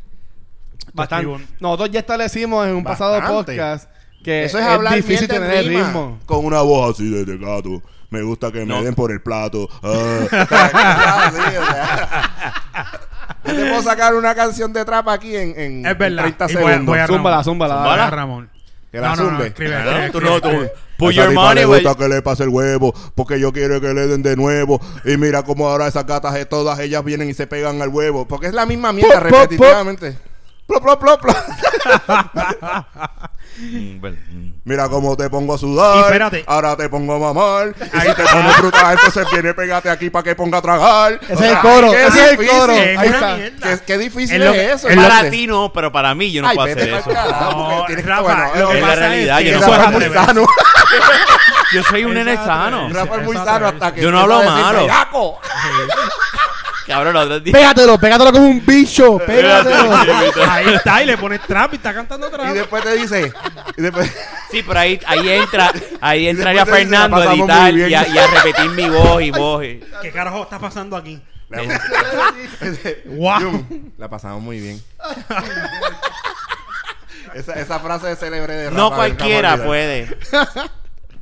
Speaker 4: Bastante.
Speaker 1: Bastante.
Speaker 4: Nosotros ya establecimos en un pasado
Speaker 2: Bastante.
Speaker 4: podcast que
Speaker 2: Eso es, hablar
Speaker 4: difícil
Speaker 2: mierda en
Speaker 4: tener el
Speaker 2: rima.
Speaker 4: ritmo.
Speaker 5: Con una voz así de gato. Me gusta que
Speaker 3: No.
Speaker 5: me den por el plato. Ah.
Speaker 2: Ah, sí, o sea. Yo te puedo sacar una canción de trap aquí en, en-
Speaker 1: Es verdad.
Speaker 2: en 30
Speaker 1: Y voy a- voy a
Speaker 2: segundos.
Speaker 1: Ramón.
Speaker 4: Zúmbala, zúmbala.
Speaker 1: Voy a
Speaker 4: dale.
Speaker 1: Ramón.
Speaker 2: Que la
Speaker 1: no, no, no,
Speaker 2: zumbe.
Speaker 1: escribe,
Speaker 3: Claro,
Speaker 1: escribe,
Speaker 3: tú no, tú-
Speaker 1: escribe.
Speaker 3: Put
Speaker 5: A esa
Speaker 3: your
Speaker 5: tipa
Speaker 3: money
Speaker 5: le
Speaker 3: where-
Speaker 5: gusta que le pase el huevo, porque yo quiero que le den de nuevo. Y mira cómo ahora esas gatas eh, todas ellas vienen y se pegan al huevo.
Speaker 2: Porque es la misma mierda
Speaker 4: Pop, pop, pop.
Speaker 2: repetitivamente. Plop, plop, plop, plop.
Speaker 3: Mm, bueno, mm.
Speaker 5: Mira cómo te pongo a
Speaker 1: Y
Speaker 5: sudar.
Speaker 1: espérate.
Speaker 5: ahora te pongo a mamar. Y si te pones brutal, entonces viene, pégate aquí para que ponga a tragar.
Speaker 4: Ese es el coro.
Speaker 2: qué
Speaker 4: Ese es el
Speaker 2: difícil.
Speaker 4: coro.
Speaker 1: Es
Speaker 4: Ahí
Speaker 1: una
Speaker 4: está.
Speaker 1: mierda.
Speaker 2: ¿Qué, qué difícil
Speaker 1: Es lo
Speaker 2: es,
Speaker 1: que-
Speaker 2: eso.
Speaker 1: es
Speaker 2: Marte.
Speaker 3: Para ti no, pero para mí yo no
Speaker 2: Ay,
Speaker 3: puedo
Speaker 2: vete
Speaker 3: hacer
Speaker 2: pa'l
Speaker 3: eso.
Speaker 2: carajo, porque
Speaker 1: No,
Speaker 2: tienes que-
Speaker 1: Rafa,
Speaker 2: bueno,
Speaker 1: lo
Speaker 2: eh,
Speaker 1: que
Speaker 3: es la
Speaker 1: pasa
Speaker 3: realidad,
Speaker 1: es que
Speaker 3: yo no
Speaker 1: Rafa
Speaker 3: puedo
Speaker 1: es
Speaker 2: Rafa
Speaker 3: al
Speaker 2: muy
Speaker 1: muy
Speaker 3: revés.
Speaker 2: sano.
Speaker 3: Yo soy un nene
Speaker 1: Exacto,
Speaker 3: sano.
Speaker 1: exacto.
Speaker 2: Rafa es muy
Speaker 1: Exacto,
Speaker 2: sano
Speaker 1: exacto.
Speaker 2: hasta que
Speaker 3: Yo no
Speaker 2: empieza
Speaker 3: hablo
Speaker 2: a decir,
Speaker 3: malo.
Speaker 2: "Bellaco".
Speaker 3: Cabrón, los otros días.
Speaker 4: Pégatelo, pégatelo como un bicho. Pégatelo.
Speaker 1: Ahí está, y le pones trap y está cantando trap.
Speaker 2: Y después te dice... Y después...
Speaker 3: Sí, pero ahí, ahí entra, ahí entraría
Speaker 2: después te dice,
Speaker 3: Fernando
Speaker 2: "La
Speaker 3: a
Speaker 2: pasamos
Speaker 3: editar
Speaker 2: muy bien".
Speaker 3: y a, y a repetir mi voz y voz. y-
Speaker 1: ¿Qué carajo está pasando aquí? Wow.
Speaker 2: Wow. La pasamos muy bien. esa, esa frase célebre de Rafa.
Speaker 3: No
Speaker 2: nunca
Speaker 3: cualquiera pues.
Speaker 2: me olvidar.
Speaker 3: puede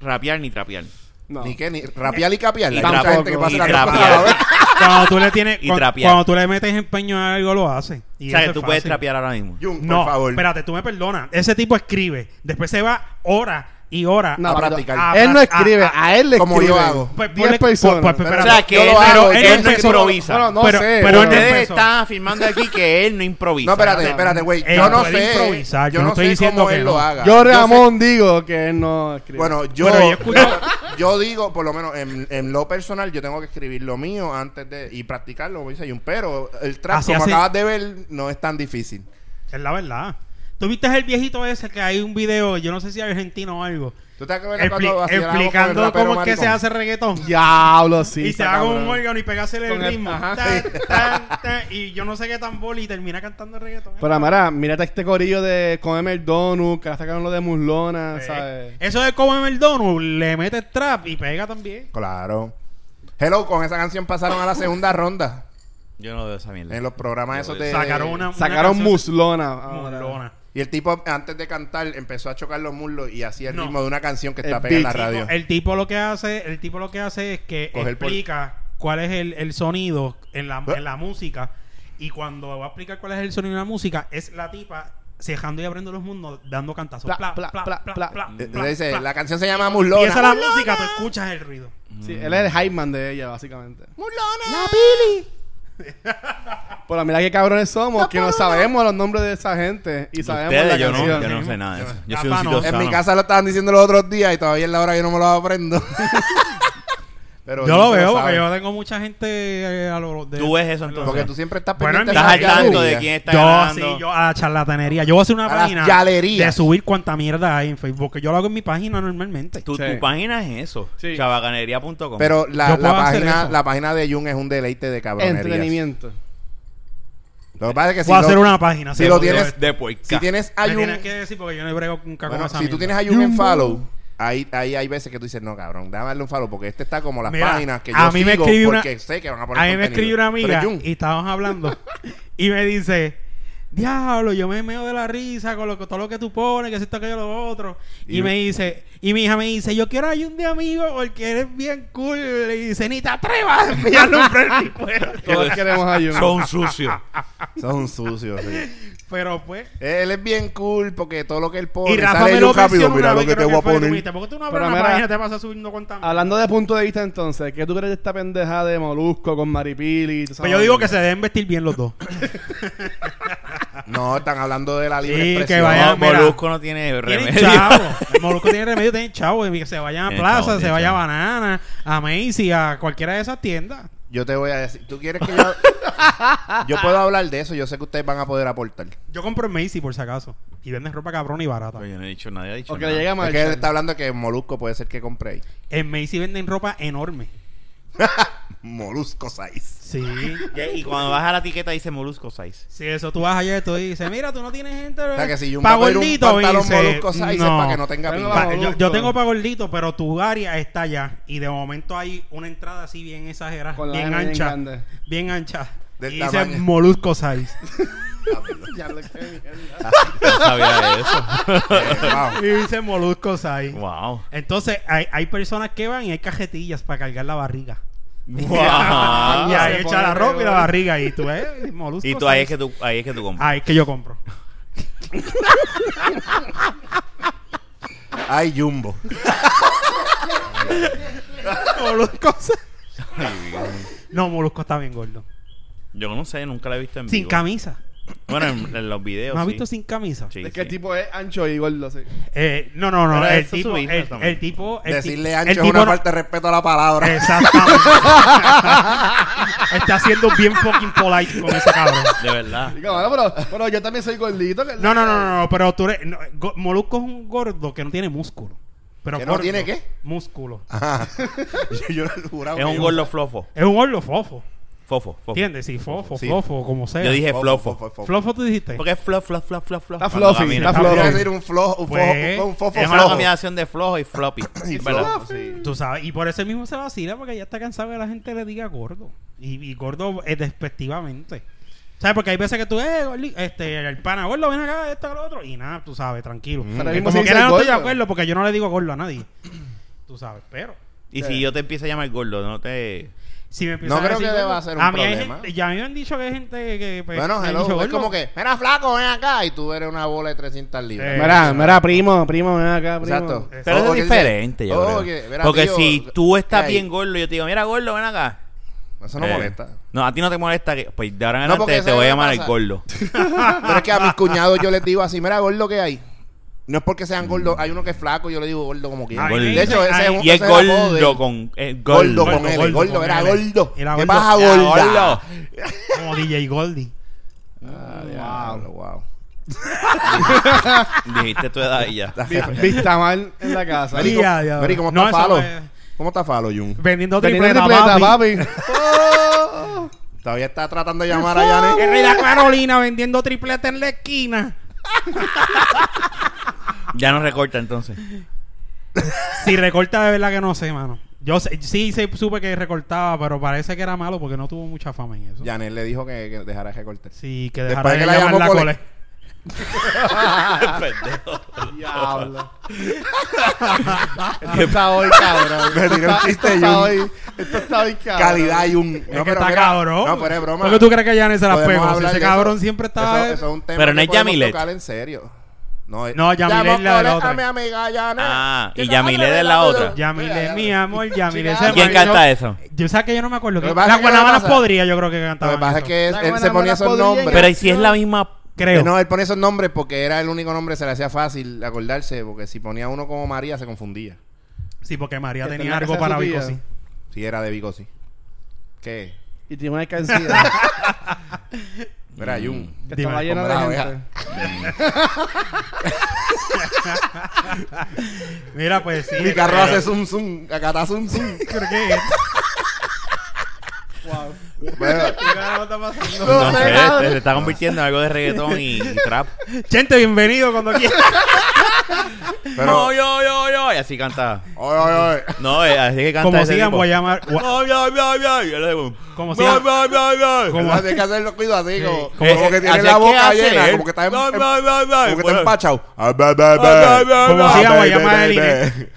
Speaker 3: rapear ni trapear.
Speaker 4: No.
Speaker 2: Ni que ni rapear y capear.
Speaker 3: Y
Speaker 2: Hay mucha
Speaker 3: tampoco.
Speaker 2: gente que pasa
Speaker 3: Y
Speaker 2: las dos cosas a
Speaker 3: trapear.
Speaker 2: la vez.
Speaker 1: Cuando tú le tienes,
Speaker 3: Y
Speaker 1: cuan- cuando,
Speaker 3: trapear.
Speaker 1: tú le metes empeño a algo lo hace. Y
Speaker 3: O sea,
Speaker 1: eso
Speaker 3: que
Speaker 1: es
Speaker 3: tú puedes
Speaker 1: fácil.
Speaker 3: trapear ahora mismo.
Speaker 2: Jun,
Speaker 1: No,
Speaker 2: por favor.
Speaker 1: espérate, tú me perdonas. Ese tipo escribe, después se va hora y hora
Speaker 4: No, ah,
Speaker 1: a
Speaker 4: pero-
Speaker 1: practicar.
Speaker 2: a-
Speaker 4: Él no
Speaker 1: a-
Speaker 4: escribe,
Speaker 1: a-
Speaker 4: a él le
Speaker 2: Ah, como yo
Speaker 4: escriben.
Speaker 2: hago.
Speaker 1: Pues,
Speaker 4: 10
Speaker 1: ponle-
Speaker 4: personas.
Speaker 1: pues, pues,
Speaker 2: Pero-
Speaker 3: O
Speaker 1: espérate.
Speaker 3: sea, que
Speaker 2: Yo
Speaker 3: él,
Speaker 2: lo hago,
Speaker 3: pero
Speaker 2: yo
Speaker 3: él
Speaker 2: lo
Speaker 3: no
Speaker 2: escribo.
Speaker 3: improvisa.
Speaker 4: Bueno, no
Speaker 1: Pero-
Speaker 4: sé.
Speaker 1: pero él no
Speaker 4: bueno.
Speaker 1: es
Speaker 3: Ustedes
Speaker 1: eso.
Speaker 3: están afirmando aquí que él no improvisa.
Speaker 2: No, espérate, espérate, güey.
Speaker 1: Ey,
Speaker 2: Yo no
Speaker 1: puede
Speaker 2: sé.
Speaker 1: improvisar,
Speaker 2: Yo no estoy diciendo que él
Speaker 1: no.
Speaker 2: lo haga.
Speaker 4: Yo,
Speaker 2: sé-
Speaker 4: Ramón, digo que él no escribe.
Speaker 2: Bueno, yo,
Speaker 1: Bueno, yo he escuchado-
Speaker 2: yo digo, por lo menos en, en lo personal, yo tengo que escribir lo mío antes de y practicarlo, como dice Jun. Pero el trap,
Speaker 1: Así,
Speaker 2: como
Speaker 1: así.
Speaker 2: acabas de ver, no es tan difícil.
Speaker 1: Es la verdad. ¿Tú viste el viejito ese que hay un video, yo no sé si argentino o algo,
Speaker 2: ¿Tú te acuerdas
Speaker 1: expli-
Speaker 2: cuando hacía la voz con el
Speaker 1: explicando
Speaker 2: rapero
Speaker 1: cómo es que
Speaker 2: maricón?
Speaker 1: se hace reggaetón?
Speaker 4: diablo, sí.
Speaker 1: y se
Speaker 4: está
Speaker 1: haga
Speaker 4: cabrón.
Speaker 1: un órgano y pegásele el
Speaker 4: Con el-
Speaker 1: ritmo.
Speaker 4: ajá.
Speaker 1: Tan, tan, tan, y yo no sé qué tambor y termina cantando reggaetón.
Speaker 4: Pero Amara, mírate este corillo de comerme el donut, que ahora sacaron lo de muslona,
Speaker 1: Eh,
Speaker 4: ¿sabes?
Speaker 1: Eso de comerme el donut, le mete trap y pega también.
Speaker 2: Claro. Hello, con esa canción pasaron a la segunda ronda
Speaker 3: Yo no veo esa mierda.
Speaker 2: en los programas esos de...
Speaker 1: Sacaron una. una
Speaker 4: Sacaron
Speaker 1: canción-
Speaker 4: muslona. ahora.
Speaker 1: Muslona.
Speaker 2: Y el tipo antes de cantar empezó a chocar los muslos y hacía el
Speaker 1: No.
Speaker 2: ritmo de una canción que
Speaker 4: El
Speaker 2: está pegada en la
Speaker 4: beat.
Speaker 2: radio.
Speaker 1: El tipo lo que hace, el tipo lo que hace es que
Speaker 2: Coge el pol-
Speaker 1: explica cuál es el, el sonido en la,
Speaker 2: ¿Eh?
Speaker 1: en la música. Y cuando va a explicar cuál es el sonido en la música, es la tipa cejando y abriendo los mundos, dando cantazos.
Speaker 4: Pla,
Speaker 1: Pla, pla,
Speaker 4: pla,
Speaker 1: pla,
Speaker 4: pla,
Speaker 1: pla, pla,
Speaker 4: pla.
Speaker 2: Entonces
Speaker 1: pla,
Speaker 2: dice,
Speaker 1: pla.
Speaker 2: la canción se llama
Speaker 1: Y
Speaker 2: Muslona.
Speaker 1: esa es la música, tú escuchas el ruido.
Speaker 4: Sí, él es el Hyman de ella, básicamente.
Speaker 2: ¡Muslona!
Speaker 4: Pero mira qué cabrones somos, que no sabemos los nombres de esa gente. Y sabemos la
Speaker 3: Ustedes, yo no,
Speaker 4: canción.
Speaker 3: yo no sé nada de eso. Yo soy
Speaker 1: Rafa,
Speaker 3: un
Speaker 1: ¿eh? no.
Speaker 3: sitio
Speaker 2: En
Speaker 3: sano.
Speaker 2: mi casa lo estaban diciendo los otros días y todavía es la hora que yo no me lo aprendo. Pero
Speaker 1: Yo
Speaker 2: no
Speaker 1: lo
Speaker 2: se
Speaker 1: veo
Speaker 2: sabe.
Speaker 1: porque yo tengo mucha gente eh, a lo de.
Speaker 3: Tú ves eso
Speaker 2: Porque
Speaker 3: entonces.
Speaker 2: tú siempre estás
Speaker 1: Bueno,
Speaker 2: pendiente
Speaker 1: en
Speaker 3: Estás al
Speaker 1: mi
Speaker 2: de la
Speaker 1: casa-
Speaker 3: tanto
Speaker 2: galería.
Speaker 3: de quién está
Speaker 1: Yo sí,
Speaker 3: ganando.
Speaker 1: yo a la charlatanería. Yo voy a hacer una
Speaker 2: A las
Speaker 1: página
Speaker 2: yalerías.
Speaker 1: de subir cuánta mierda hay en Facebook. Porque yo lo hago en mi página normalmente.
Speaker 3: Tu,
Speaker 4: Sí.
Speaker 3: tu página es eso.
Speaker 4: Sí.
Speaker 3: Chabacanería.com.
Speaker 2: Pero la,
Speaker 1: Yo
Speaker 2: la
Speaker 1: puedo hacer
Speaker 2: página,
Speaker 1: eso.
Speaker 2: la página de Jun es un deleite de cabronería.
Speaker 4: Entretenimiento.
Speaker 2: Lo que pasa es que si,
Speaker 1: voy a
Speaker 2: lo-
Speaker 1: hacer una página.
Speaker 2: si
Speaker 1: sí,
Speaker 2: lo
Speaker 1: porque-
Speaker 2: tienes-
Speaker 3: de puerca.
Speaker 2: si tienes a
Speaker 1: Me
Speaker 2: Jun-
Speaker 1: tienes que decir porque yo no brego con caco
Speaker 2: bueno,
Speaker 1: con esa
Speaker 2: si tú tienes
Speaker 1: mierda.
Speaker 2: a Jun en follow, ahí, ahí hay veces que tú dices, no, cabrón, dame un follow porque este está como las
Speaker 1: Mira,
Speaker 2: páginas que yo
Speaker 1: a mí me
Speaker 2: sigo
Speaker 1: escribió una-
Speaker 2: porque sé que van a poner
Speaker 1: A mí me
Speaker 2: contenido.
Speaker 1: escribió una amiga
Speaker 2: Pero es Jun.
Speaker 1: y estábamos hablando y me dice, diablo, yo me meo de la risa con lo, que- todo lo que tú pones, que si esto, que yo lo otro. Y,
Speaker 2: Y-
Speaker 1: me dice, y mi hija me dice, yo quiero a un de amigo porque eres bien cool. Y dice, ni te atrevas a enviarle un friend request".
Speaker 4: Todos queremos a Jun.
Speaker 3: Son sucios.
Speaker 2: Son sucios. sí.
Speaker 1: Pero pues...
Speaker 2: Él es bien cool porque todo lo que él pone
Speaker 1: Y Rafa
Speaker 2: sale
Speaker 1: me
Speaker 2: Jun
Speaker 1: lo
Speaker 2: rápido.
Speaker 1: rápido,
Speaker 2: Mira lo que te voy a poner.
Speaker 1: ¿Por qué tú no
Speaker 4: Pero
Speaker 1: abres una
Speaker 4: mira,
Speaker 1: página y te vas a subiendo con tan-
Speaker 4: Hablando de punto de vista, entonces, ¿qué tú crees de esta pendeja de Molusco con Maripili? Tú
Speaker 1: Pues
Speaker 4: sabes,
Speaker 1: yo digo que se deben vestir bien los dos.
Speaker 2: No, están hablando de la libre
Speaker 1: Sí, que
Speaker 2: expresión.
Speaker 1: vaya-
Speaker 3: No,
Speaker 1: mira.
Speaker 3: Molusco no tiene
Speaker 1: Tienen
Speaker 3: remedio.
Speaker 1: chavo. Molusco tiene remedio, tienen chavo. y Que se vayan a
Speaker 3: Tienen
Speaker 1: Plaza,
Speaker 3: chavo,
Speaker 1: se
Speaker 3: tienen
Speaker 1: vaya a
Speaker 3: chavo.
Speaker 1: Banana, a Macy, a cualquiera de esas tiendas.
Speaker 2: Yo Yo te voy a decir. ¿Tú quieres que yo.? yo puedo hablar de eso. Yo sé que ustedes van a poder aportar.
Speaker 1: Yo compro en Macy por si acaso. Y venden ropa cabrona y barata.
Speaker 3: Pues yo no he dicho, nadie ha dicho
Speaker 4: O que
Speaker 3: nada.
Speaker 4: le llega
Speaker 2: Es que él
Speaker 4: Marshall.
Speaker 2: está hablando que Molusco puede ser que compre ahí.
Speaker 1: En Macy venden ropa enorme.
Speaker 5: Molusco Saiz.
Speaker 1: Sí.
Speaker 3: Y cuando vas a la etiqueta dice Molusco 6.
Speaker 1: Si eso tú vas allá y tú dices, mira, tú no tienes gente.
Speaker 2: O sea, que si yo
Speaker 1: pa'
Speaker 2: voy a ir un
Speaker 1: gordito",
Speaker 2: pantalón
Speaker 1: dice,
Speaker 2: Molusco Size es para que no tenga
Speaker 4: Pero
Speaker 2: pinta.
Speaker 4: no vamos.
Speaker 1: Pa- yo,
Speaker 4: Molusco.
Speaker 1: yo tengo para gordito, pero tu área está allá. Y de momento hay una entrada así bien exagerada,
Speaker 4: Con la
Speaker 1: bien
Speaker 4: área bien
Speaker 1: ancha.
Speaker 4: grande.
Speaker 1: bien ancha.
Speaker 2: Del
Speaker 1: y dice
Speaker 2: tamaño.
Speaker 1: Molusco Size.
Speaker 3: No sabía eso.
Speaker 2: Wow.
Speaker 1: y dice Molusco Size.
Speaker 3: Wow.
Speaker 1: Entonces, hay, hay personas que van y hay cajetillas para cargar la barriga.
Speaker 3: Wow.
Speaker 1: y
Speaker 4: Ah,
Speaker 1: ahí
Speaker 4: se
Speaker 1: echa
Speaker 4: pone
Speaker 1: la ropa y la
Speaker 4: peor.
Speaker 1: barriga. Y tú, eh, Molusco
Speaker 3: Y tú ahí es
Speaker 1: Size.
Speaker 3: que tú, ahí es que tú compras.
Speaker 1: Ahí es que yo compro.
Speaker 2: Ay, Jumbo.
Speaker 1: Molusco Size. No, Molusco está bien gordo.
Speaker 3: Yo no sé, nunca la he visto en
Speaker 1: Sin
Speaker 3: vivo.
Speaker 1: camisa.
Speaker 3: Bueno, en, en los videos.
Speaker 1: ¿No has
Speaker 3: sí.
Speaker 1: visto sin camisa?
Speaker 3: Sí,
Speaker 4: Es que el
Speaker 3: sí.
Speaker 4: tipo es ancho y gordo, sí.
Speaker 1: Eh, no, no, no.
Speaker 3: Pero
Speaker 1: El
Speaker 3: eso
Speaker 1: tipo, el,
Speaker 3: subiste también.
Speaker 1: el tipo. El
Speaker 2: Decirle
Speaker 1: ti-
Speaker 2: ancho
Speaker 1: el
Speaker 2: es
Speaker 1: tipo
Speaker 2: una
Speaker 1: no- Eh.
Speaker 2: falta de respeto a la palabra.
Speaker 1: Exactamente. Está siendo bien fucking polite con ese cabrón.
Speaker 3: De verdad.
Speaker 4: Y como, no, pero, pero yo también soy gordito. que-
Speaker 1: No, no, no, no, no, pero tú eres. no, go- Molusco es un gordo que no tiene músculo. Pero
Speaker 2: ¿Que no
Speaker 1: gordo,
Speaker 2: tiene qué? Ah.
Speaker 1: Músculo.
Speaker 2: yo, yo juraba
Speaker 3: Es
Speaker 2: que
Speaker 3: un
Speaker 2: yo-
Speaker 3: gordo flofo.
Speaker 1: Es un gordo fofo.
Speaker 3: Fofo, fofo.
Speaker 1: ¿Entiendes? Sí, fofo,
Speaker 2: Sí.
Speaker 1: fofo, como sea.
Speaker 3: Yo dije
Speaker 2: Fofo,
Speaker 3: flofo.
Speaker 2: fofo, fofo.
Speaker 1: Flofo tú dijiste.
Speaker 3: Porque es flop, flop, flop, flop, flop.
Speaker 4: Está
Speaker 3: cuando
Speaker 4: fluffy,
Speaker 3: camina.
Speaker 2: Yo
Speaker 4: está
Speaker 2: iba a
Speaker 4: Flojo.
Speaker 2: decir un flojo, un
Speaker 1: Pues,
Speaker 2: flojo, un fofo
Speaker 3: Es una
Speaker 2: flojo.
Speaker 3: combinación de flojo y floppy.
Speaker 2: Y
Speaker 3: ¿Verdad?
Speaker 2: flojo, Ah, sí.
Speaker 1: Tú sabes, y por eso mismo se vacila porque ya está cansado que la gente le diga gordo. Y, y gordo es despectivamente. ¿Sabes? Porque hay veces que tú, eh, gordi- este, el pana, gordo, ven acá, esto, lo otro. Y nada, tú sabes, tranquilo.
Speaker 2: Mm.
Speaker 4: Pero
Speaker 1: Que
Speaker 4: mismo
Speaker 1: como
Speaker 4: si
Speaker 1: que
Speaker 4: dices
Speaker 1: no estoy de
Speaker 4: gordo.
Speaker 1: acuerdo porque yo no le digo gordo a nadie. Tú sabes, pero.
Speaker 3: Y si yo te empiezo a llamar gordo, no te...
Speaker 1: Si me empiezan
Speaker 2: No creo
Speaker 1: decir
Speaker 2: que
Speaker 1: gordo,
Speaker 2: deba ser un
Speaker 1: a mí hay
Speaker 2: problema.
Speaker 1: gente- ya a mí me han dicho que hay gente que. pues,
Speaker 2: Bueno,
Speaker 1: me han
Speaker 2: hello,
Speaker 1: dicho
Speaker 2: es
Speaker 1: gordo.
Speaker 2: como que, mira flaco, ven acá, y tú eres una bola de 300 libras.
Speaker 1: Eh,
Speaker 4: Mira, mira, primo, primo, ven acá, primo.
Speaker 2: Exacto.
Speaker 3: Pero
Speaker 2: O- o
Speaker 3: es
Speaker 2: que
Speaker 3: diferente,
Speaker 2: dice,
Speaker 3: yo
Speaker 2: "Oh,
Speaker 3: creo.
Speaker 2: que- mira,
Speaker 3: Porque
Speaker 2: tío,
Speaker 3: si tú estás
Speaker 2: ¿qué hay?"
Speaker 3: bien gordo, yo te digo, mira, gordo, ven acá.
Speaker 2: Eso no
Speaker 3: Eh,
Speaker 2: molesta.
Speaker 3: No, a ti no te molesta. Que, pues de ahora en
Speaker 2: No, porque
Speaker 3: adelante te
Speaker 2: ¿sabes
Speaker 3: voy a
Speaker 2: qué
Speaker 3: llamar el
Speaker 2: pasa?
Speaker 3: gordo.
Speaker 2: Pero es que a mis cuñados yo les digo así, mira gordo que hay. No es porque sean gordos,
Speaker 3: Mm.
Speaker 2: hay uno que es flaco, yo le digo gordo como quiera.
Speaker 1: Ay,
Speaker 3: Gordo.
Speaker 2: De hecho, ese es un
Speaker 3: Y es
Speaker 2: ese el apodo de él.
Speaker 3: gordo con... es
Speaker 2: gordo,
Speaker 3: gordo.
Speaker 2: con
Speaker 1: Gordo,
Speaker 2: él,
Speaker 1: gordo
Speaker 2: gordo,
Speaker 1: con
Speaker 2: era
Speaker 1: L.
Speaker 2: gordo.
Speaker 1: Era
Speaker 2: ¿Qué
Speaker 1: gordo.
Speaker 2: pasa,
Speaker 3: Ya,
Speaker 2: gorda?
Speaker 3: gordo.
Speaker 1: Como DJ Goldie.
Speaker 2: Ah, diablo, wow.
Speaker 3: Dijiste tu edad y ya.
Speaker 4: Vista mal en la casa.
Speaker 1: Sí, ya, ya.
Speaker 2: Meri, ¿cómo
Speaker 1: No,
Speaker 2: está
Speaker 1: eso
Speaker 2: Falo?
Speaker 1: fue-
Speaker 2: ¿Cómo está Falo, Jun?
Speaker 1: Vendiendo
Speaker 4: Teniendo
Speaker 1: tripleta,
Speaker 4: tripleta,
Speaker 1: papi.
Speaker 4: papi.
Speaker 2: Todavía está tratando de llamar a Yanet.
Speaker 1: En Rida Carolina vendiendo tripleta en la esquina.
Speaker 3: Ya no recorta entonces.
Speaker 1: Si recorta de verdad que no sé, mano. Yo sé- sí sé- supe que recortaba, pero parece que era malo porque no tuvo mucha fama en eso.
Speaker 2: Yanet le dijo que, que dejara que corte.
Speaker 1: Sí, que
Speaker 2: Después
Speaker 1: dejara de
Speaker 2: que la
Speaker 1: llamar
Speaker 2: llamó
Speaker 1: la cole.
Speaker 2: Cole.
Speaker 3: Pendejo.
Speaker 4: Diablo.
Speaker 3: Qué-
Speaker 4: Esto está hoy, cabrón.
Speaker 2: Me
Speaker 4: Esto
Speaker 2: tiró un
Speaker 4: está-
Speaker 2: chiste
Speaker 4: esto
Speaker 2: y
Speaker 4: está
Speaker 2: un-
Speaker 4: hoy. Este Esto está hoy, cabrón.
Speaker 2: Calidad y un...
Speaker 1: Es que está
Speaker 2: mira,
Speaker 1: cabrón.
Speaker 2: No, pero es broma.
Speaker 1: ¿Por qué tú crees que Janet se la
Speaker 2: Podemos
Speaker 1: pegó? Si
Speaker 2: hablar
Speaker 1: ese
Speaker 2: de eso.
Speaker 1: cabrón siempre estaba...
Speaker 2: Eso, eso es un tema
Speaker 3: Pero no
Speaker 2: que
Speaker 3: es
Speaker 2: podemos
Speaker 3: Yamilet.
Speaker 2: tocar en serio. No, es-
Speaker 1: No, Yamilet
Speaker 2: Llamó
Speaker 1: es la de la
Speaker 2: Cole
Speaker 1: otra.
Speaker 2: a mi amiga Yanet.
Speaker 3: Ah, y
Speaker 2: Que
Speaker 3: Yamilet
Speaker 2: se
Speaker 3: es la
Speaker 2: va a
Speaker 3: otra.
Speaker 2: revelar.
Speaker 1: Yamile,
Speaker 2: Mira,
Speaker 1: mi amor, Yamile
Speaker 2: Chica,
Speaker 1: se
Speaker 3: ¿Quién
Speaker 1: marchó.
Speaker 3: canta eso?
Speaker 1: Yo sabes que yo no me acuerdo.
Speaker 2: Lo
Speaker 1: Que
Speaker 2: que pasa
Speaker 1: la
Speaker 2: es que lo
Speaker 1: Guanabana
Speaker 2: pasa-
Speaker 1: Podría yo creo que
Speaker 2: Lo
Speaker 1: cantaba.
Speaker 2: que pasa es
Speaker 1: eso.
Speaker 2: que es-
Speaker 4: La
Speaker 2: él
Speaker 4: buena
Speaker 2: se ponía
Speaker 4: mala
Speaker 2: esos
Speaker 4: podría
Speaker 2: nombres.
Speaker 3: Pero ¿y si es la misma...
Speaker 1: Creo.
Speaker 2: No, él ponía esos nombres porque era el único nombre que se le hacía fácil acordarse, porque si ponía uno como María se confundía.
Speaker 1: Sí, porque María
Speaker 4: Que
Speaker 1: tenía
Speaker 4: tenía que
Speaker 1: algo
Speaker 4: ser
Speaker 1: para
Speaker 4: su tía.
Speaker 1: Bicosi.
Speaker 2: Si era de Vigo, sí. ¿Qué?
Speaker 4: Y tiene una alcancía
Speaker 3: Mm.
Speaker 2: Mira, Jun.
Speaker 4: que
Speaker 1: Dime,
Speaker 4: estaba llena
Speaker 2: comprado,
Speaker 4: de gente.
Speaker 2: ya.
Speaker 1: Mira, pues sí.
Speaker 2: Mi carro hace zum zum, acá está zum zum.
Speaker 1: ¿Por qué?
Speaker 4: Wow.
Speaker 2: Bueno,
Speaker 1: ¿Qué carajo está pasando?
Speaker 3: No
Speaker 2: sé,
Speaker 3: sé,
Speaker 2: nada.
Speaker 3: se está convirtiendo en algo de reggaetón y, y trap.
Speaker 1: Gente, bienvenido cuando quieras.
Speaker 2: pero,
Speaker 3: No, yo, yo, yo. Y así canta.
Speaker 2: oye, oye, oye.
Speaker 3: No, eh, así que canta
Speaker 1: Como
Speaker 3: ese
Speaker 1: sigan,
Speaker 3: tipo.
Speaker 1: voy a llamar...
Speaker 3: Ay, ay, ay, ay. Yo le digo,
Speaker 1: Como
Speaker 3: ay,
Speaker 1: sigan-
Speaker 3: ay, ay, ay.
Speaker 1: Como-
Speaker 2: Tienes que hacerlo cuido así, como,
Speaker 1: Sí.
Speaker 2: como
Speaker 3: Eh,
Speaker 2: que
Speaker 3: eh,
Speaker 2: tiene
Speaker 3: así
Speaker 2: la
Speaker 3: es que
Speaker 2: boca
Speaker 3: hace
Speaker 2: llena,
Speaker 3: él.
Speaker 2: como que está, em-
Speaker 3: Ay,
Speaker 2: em-
Speaker 3: ay, ay, ay.
Speaker 2: como que está
Speaker 3: Bueno.
Speaker 2: empachado. Ah, be, be,
Speaker 3: Ay, ay,
Speaker 2: be.
Speaker 3: ay,
Speaker 1: Como
Speaker 3: ay.
Speaker 2: Ah,
Speaker 1: siga,
Speaker 2: be,
Speaker 1: voy a
Speaker 2: be,
Speaker 1: llamar
Speaker 2: be,
Speaker 1: al
Speaker 2: be.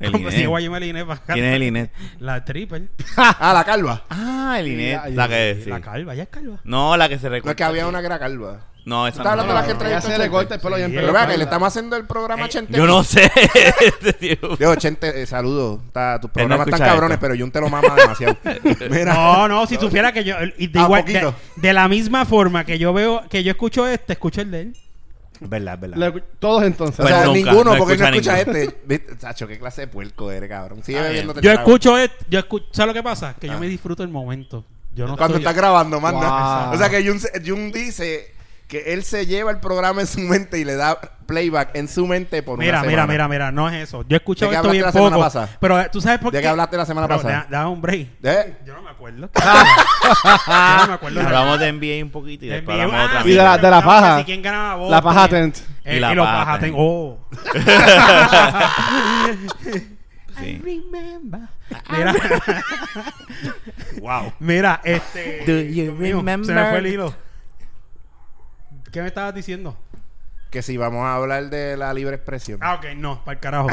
Speaker 3: El
Speaker 1: Como si
Speaker 3: Inet.
Speaker 1: voy a llamar a Inés para acá.
Speaker 3: ¿Quién es el Inet?
Speaker 1: La triple.
Speaker 2: Ah, la calva.
Speaker 3: Ah, el Inet.
Speaker 4: ay,
Speaker 3: La que sí.
Speaker 1: La calva, ya es calva.
Speaker 3: No, la que se recorta.
Speaker 2: No es que había una que era calva.
Speaker 3: No,
Speaker 2: Tú
Speaker 3: esa
Speaker 2: estás hablando
Speaker 3: no.
Speaker 2: de la que
Speaker 4: Ella
Speaker 2: entrevistó
Speaker 4: se le corta el pelo y
Speaker 1: Sí,
Speaker 4: en
Speaker 2: Pero vea que le estamos haciendo el programa a Chente.
Speaker 3: Yo no sé. Este tío.
Speaker 2: Digo, Chente, eh, saludos. Está- Tus
Speaker 3: Él no
Speaker 2: programas están
Speaker 3: escucha
Speaker 2: cabrones,
Speaker 3: esto.
Speaker 2: pero Jun te lo mama demasiado. Mira.
Speaker 1: No, no, si tú supieras que yo. y de,
Speaker 2: Ah,
Speaker 1: igual-
Speaker 2: poquito.
Speaker 1: de- de la misma forma que yo veo, que yo escucho este, escucho el de él.
Speaker 3: Verdad, verdad.
Speaker 4: Lo escu- Todos entonces.
Speaker 2: O sea,
Speaker 3: Pues nunca,
Speaker 2: ninguno,
Speaker 3: no
Speaker 2: porque no
Speaker 3: escucha
Speaker 2: escucha este. ¿Viste? Chacho, qué clase de puerco eres, cabrón. Sigue
Speaker 3: Ah, bien.
Speaker 2: bebiéndote el
Speaker 1: Yo
Speaker 2: trago.
Speaker 1: escucho, et- yo escucho, ¿sabes lo que pasa? Que
Speaker 2: Ah.
Speaker 1: yo me disfruto el momento. Yo no
Speaker 2: Cuando
Speaker 1: estoy-
Speaker 2: estás grabando, más nada.
Speaker 4: Wow.
Speaker 2: O sea, que Jun, se- Jun dice que él se lleva el programa en su mente y le da playback en su mente por
Speaker 1: Mira,
Speaker 2: una
Speaker 1: mira,
Speaker 2: semana.
Speaker 1: mira, mira, no es eso. Yo he escuchado
Speaker 2: ¿De qué
Speaker 1: esto bien
Speaker 2: hablaste la
Speaker 1: poco.
Speaker 2: semana pasada?
Speaker 1: Pero eh, tú sabes por qué.
Speaker 2: ¿De qué hablaste la semana
Speaker 1: Pero,
Speaker 2: pasada? Ah.
Speaker 1: da- da un break.
Speaker 2: ¿Eh?
Speaker 1: Yo no me acuerdo. yo no me acuerdo.
Speaker 3: Hablamos de NBA un poquito y
Speaker 1: De
Speaker 3: después
Speaker 1: mi-
Speaker 3: hablamos de
Speaker 1: ah,
Speaker 3: otra
Speaker 1: sí,
Speaker 4: Y de la-
Speaker 3: mierda.
Speaker 1: pero
Speaker 4: de la
Speaker 1: hablamos
Speaker 4: paja.
Speaker 1: si quién ganaba Boston.
Speaker 4: La paja tent.
Speaker 1: Eh,
Speaker 3: Y
Speaker 1: y
Speaker 3: la
Speaker 1: los
Speaker 3: paja
Speaker 1: paja
Speaker 3: tent.
Speaker 1: tent. Oh.
Speaker 3: Sí.
Speaker 1: remember. Mira. wow. Mira, este.
Speaker 3: Do you
Speaker 1: Dios mío, Se me
Speaker 3: remember?
Speaker 1: fue el hilo. ¿Qué me estabas diciendo?
Speaker 2: Que si vamos a hablar de la libre expresión.
Speaker 1: Ah, ok, no, para el carajo.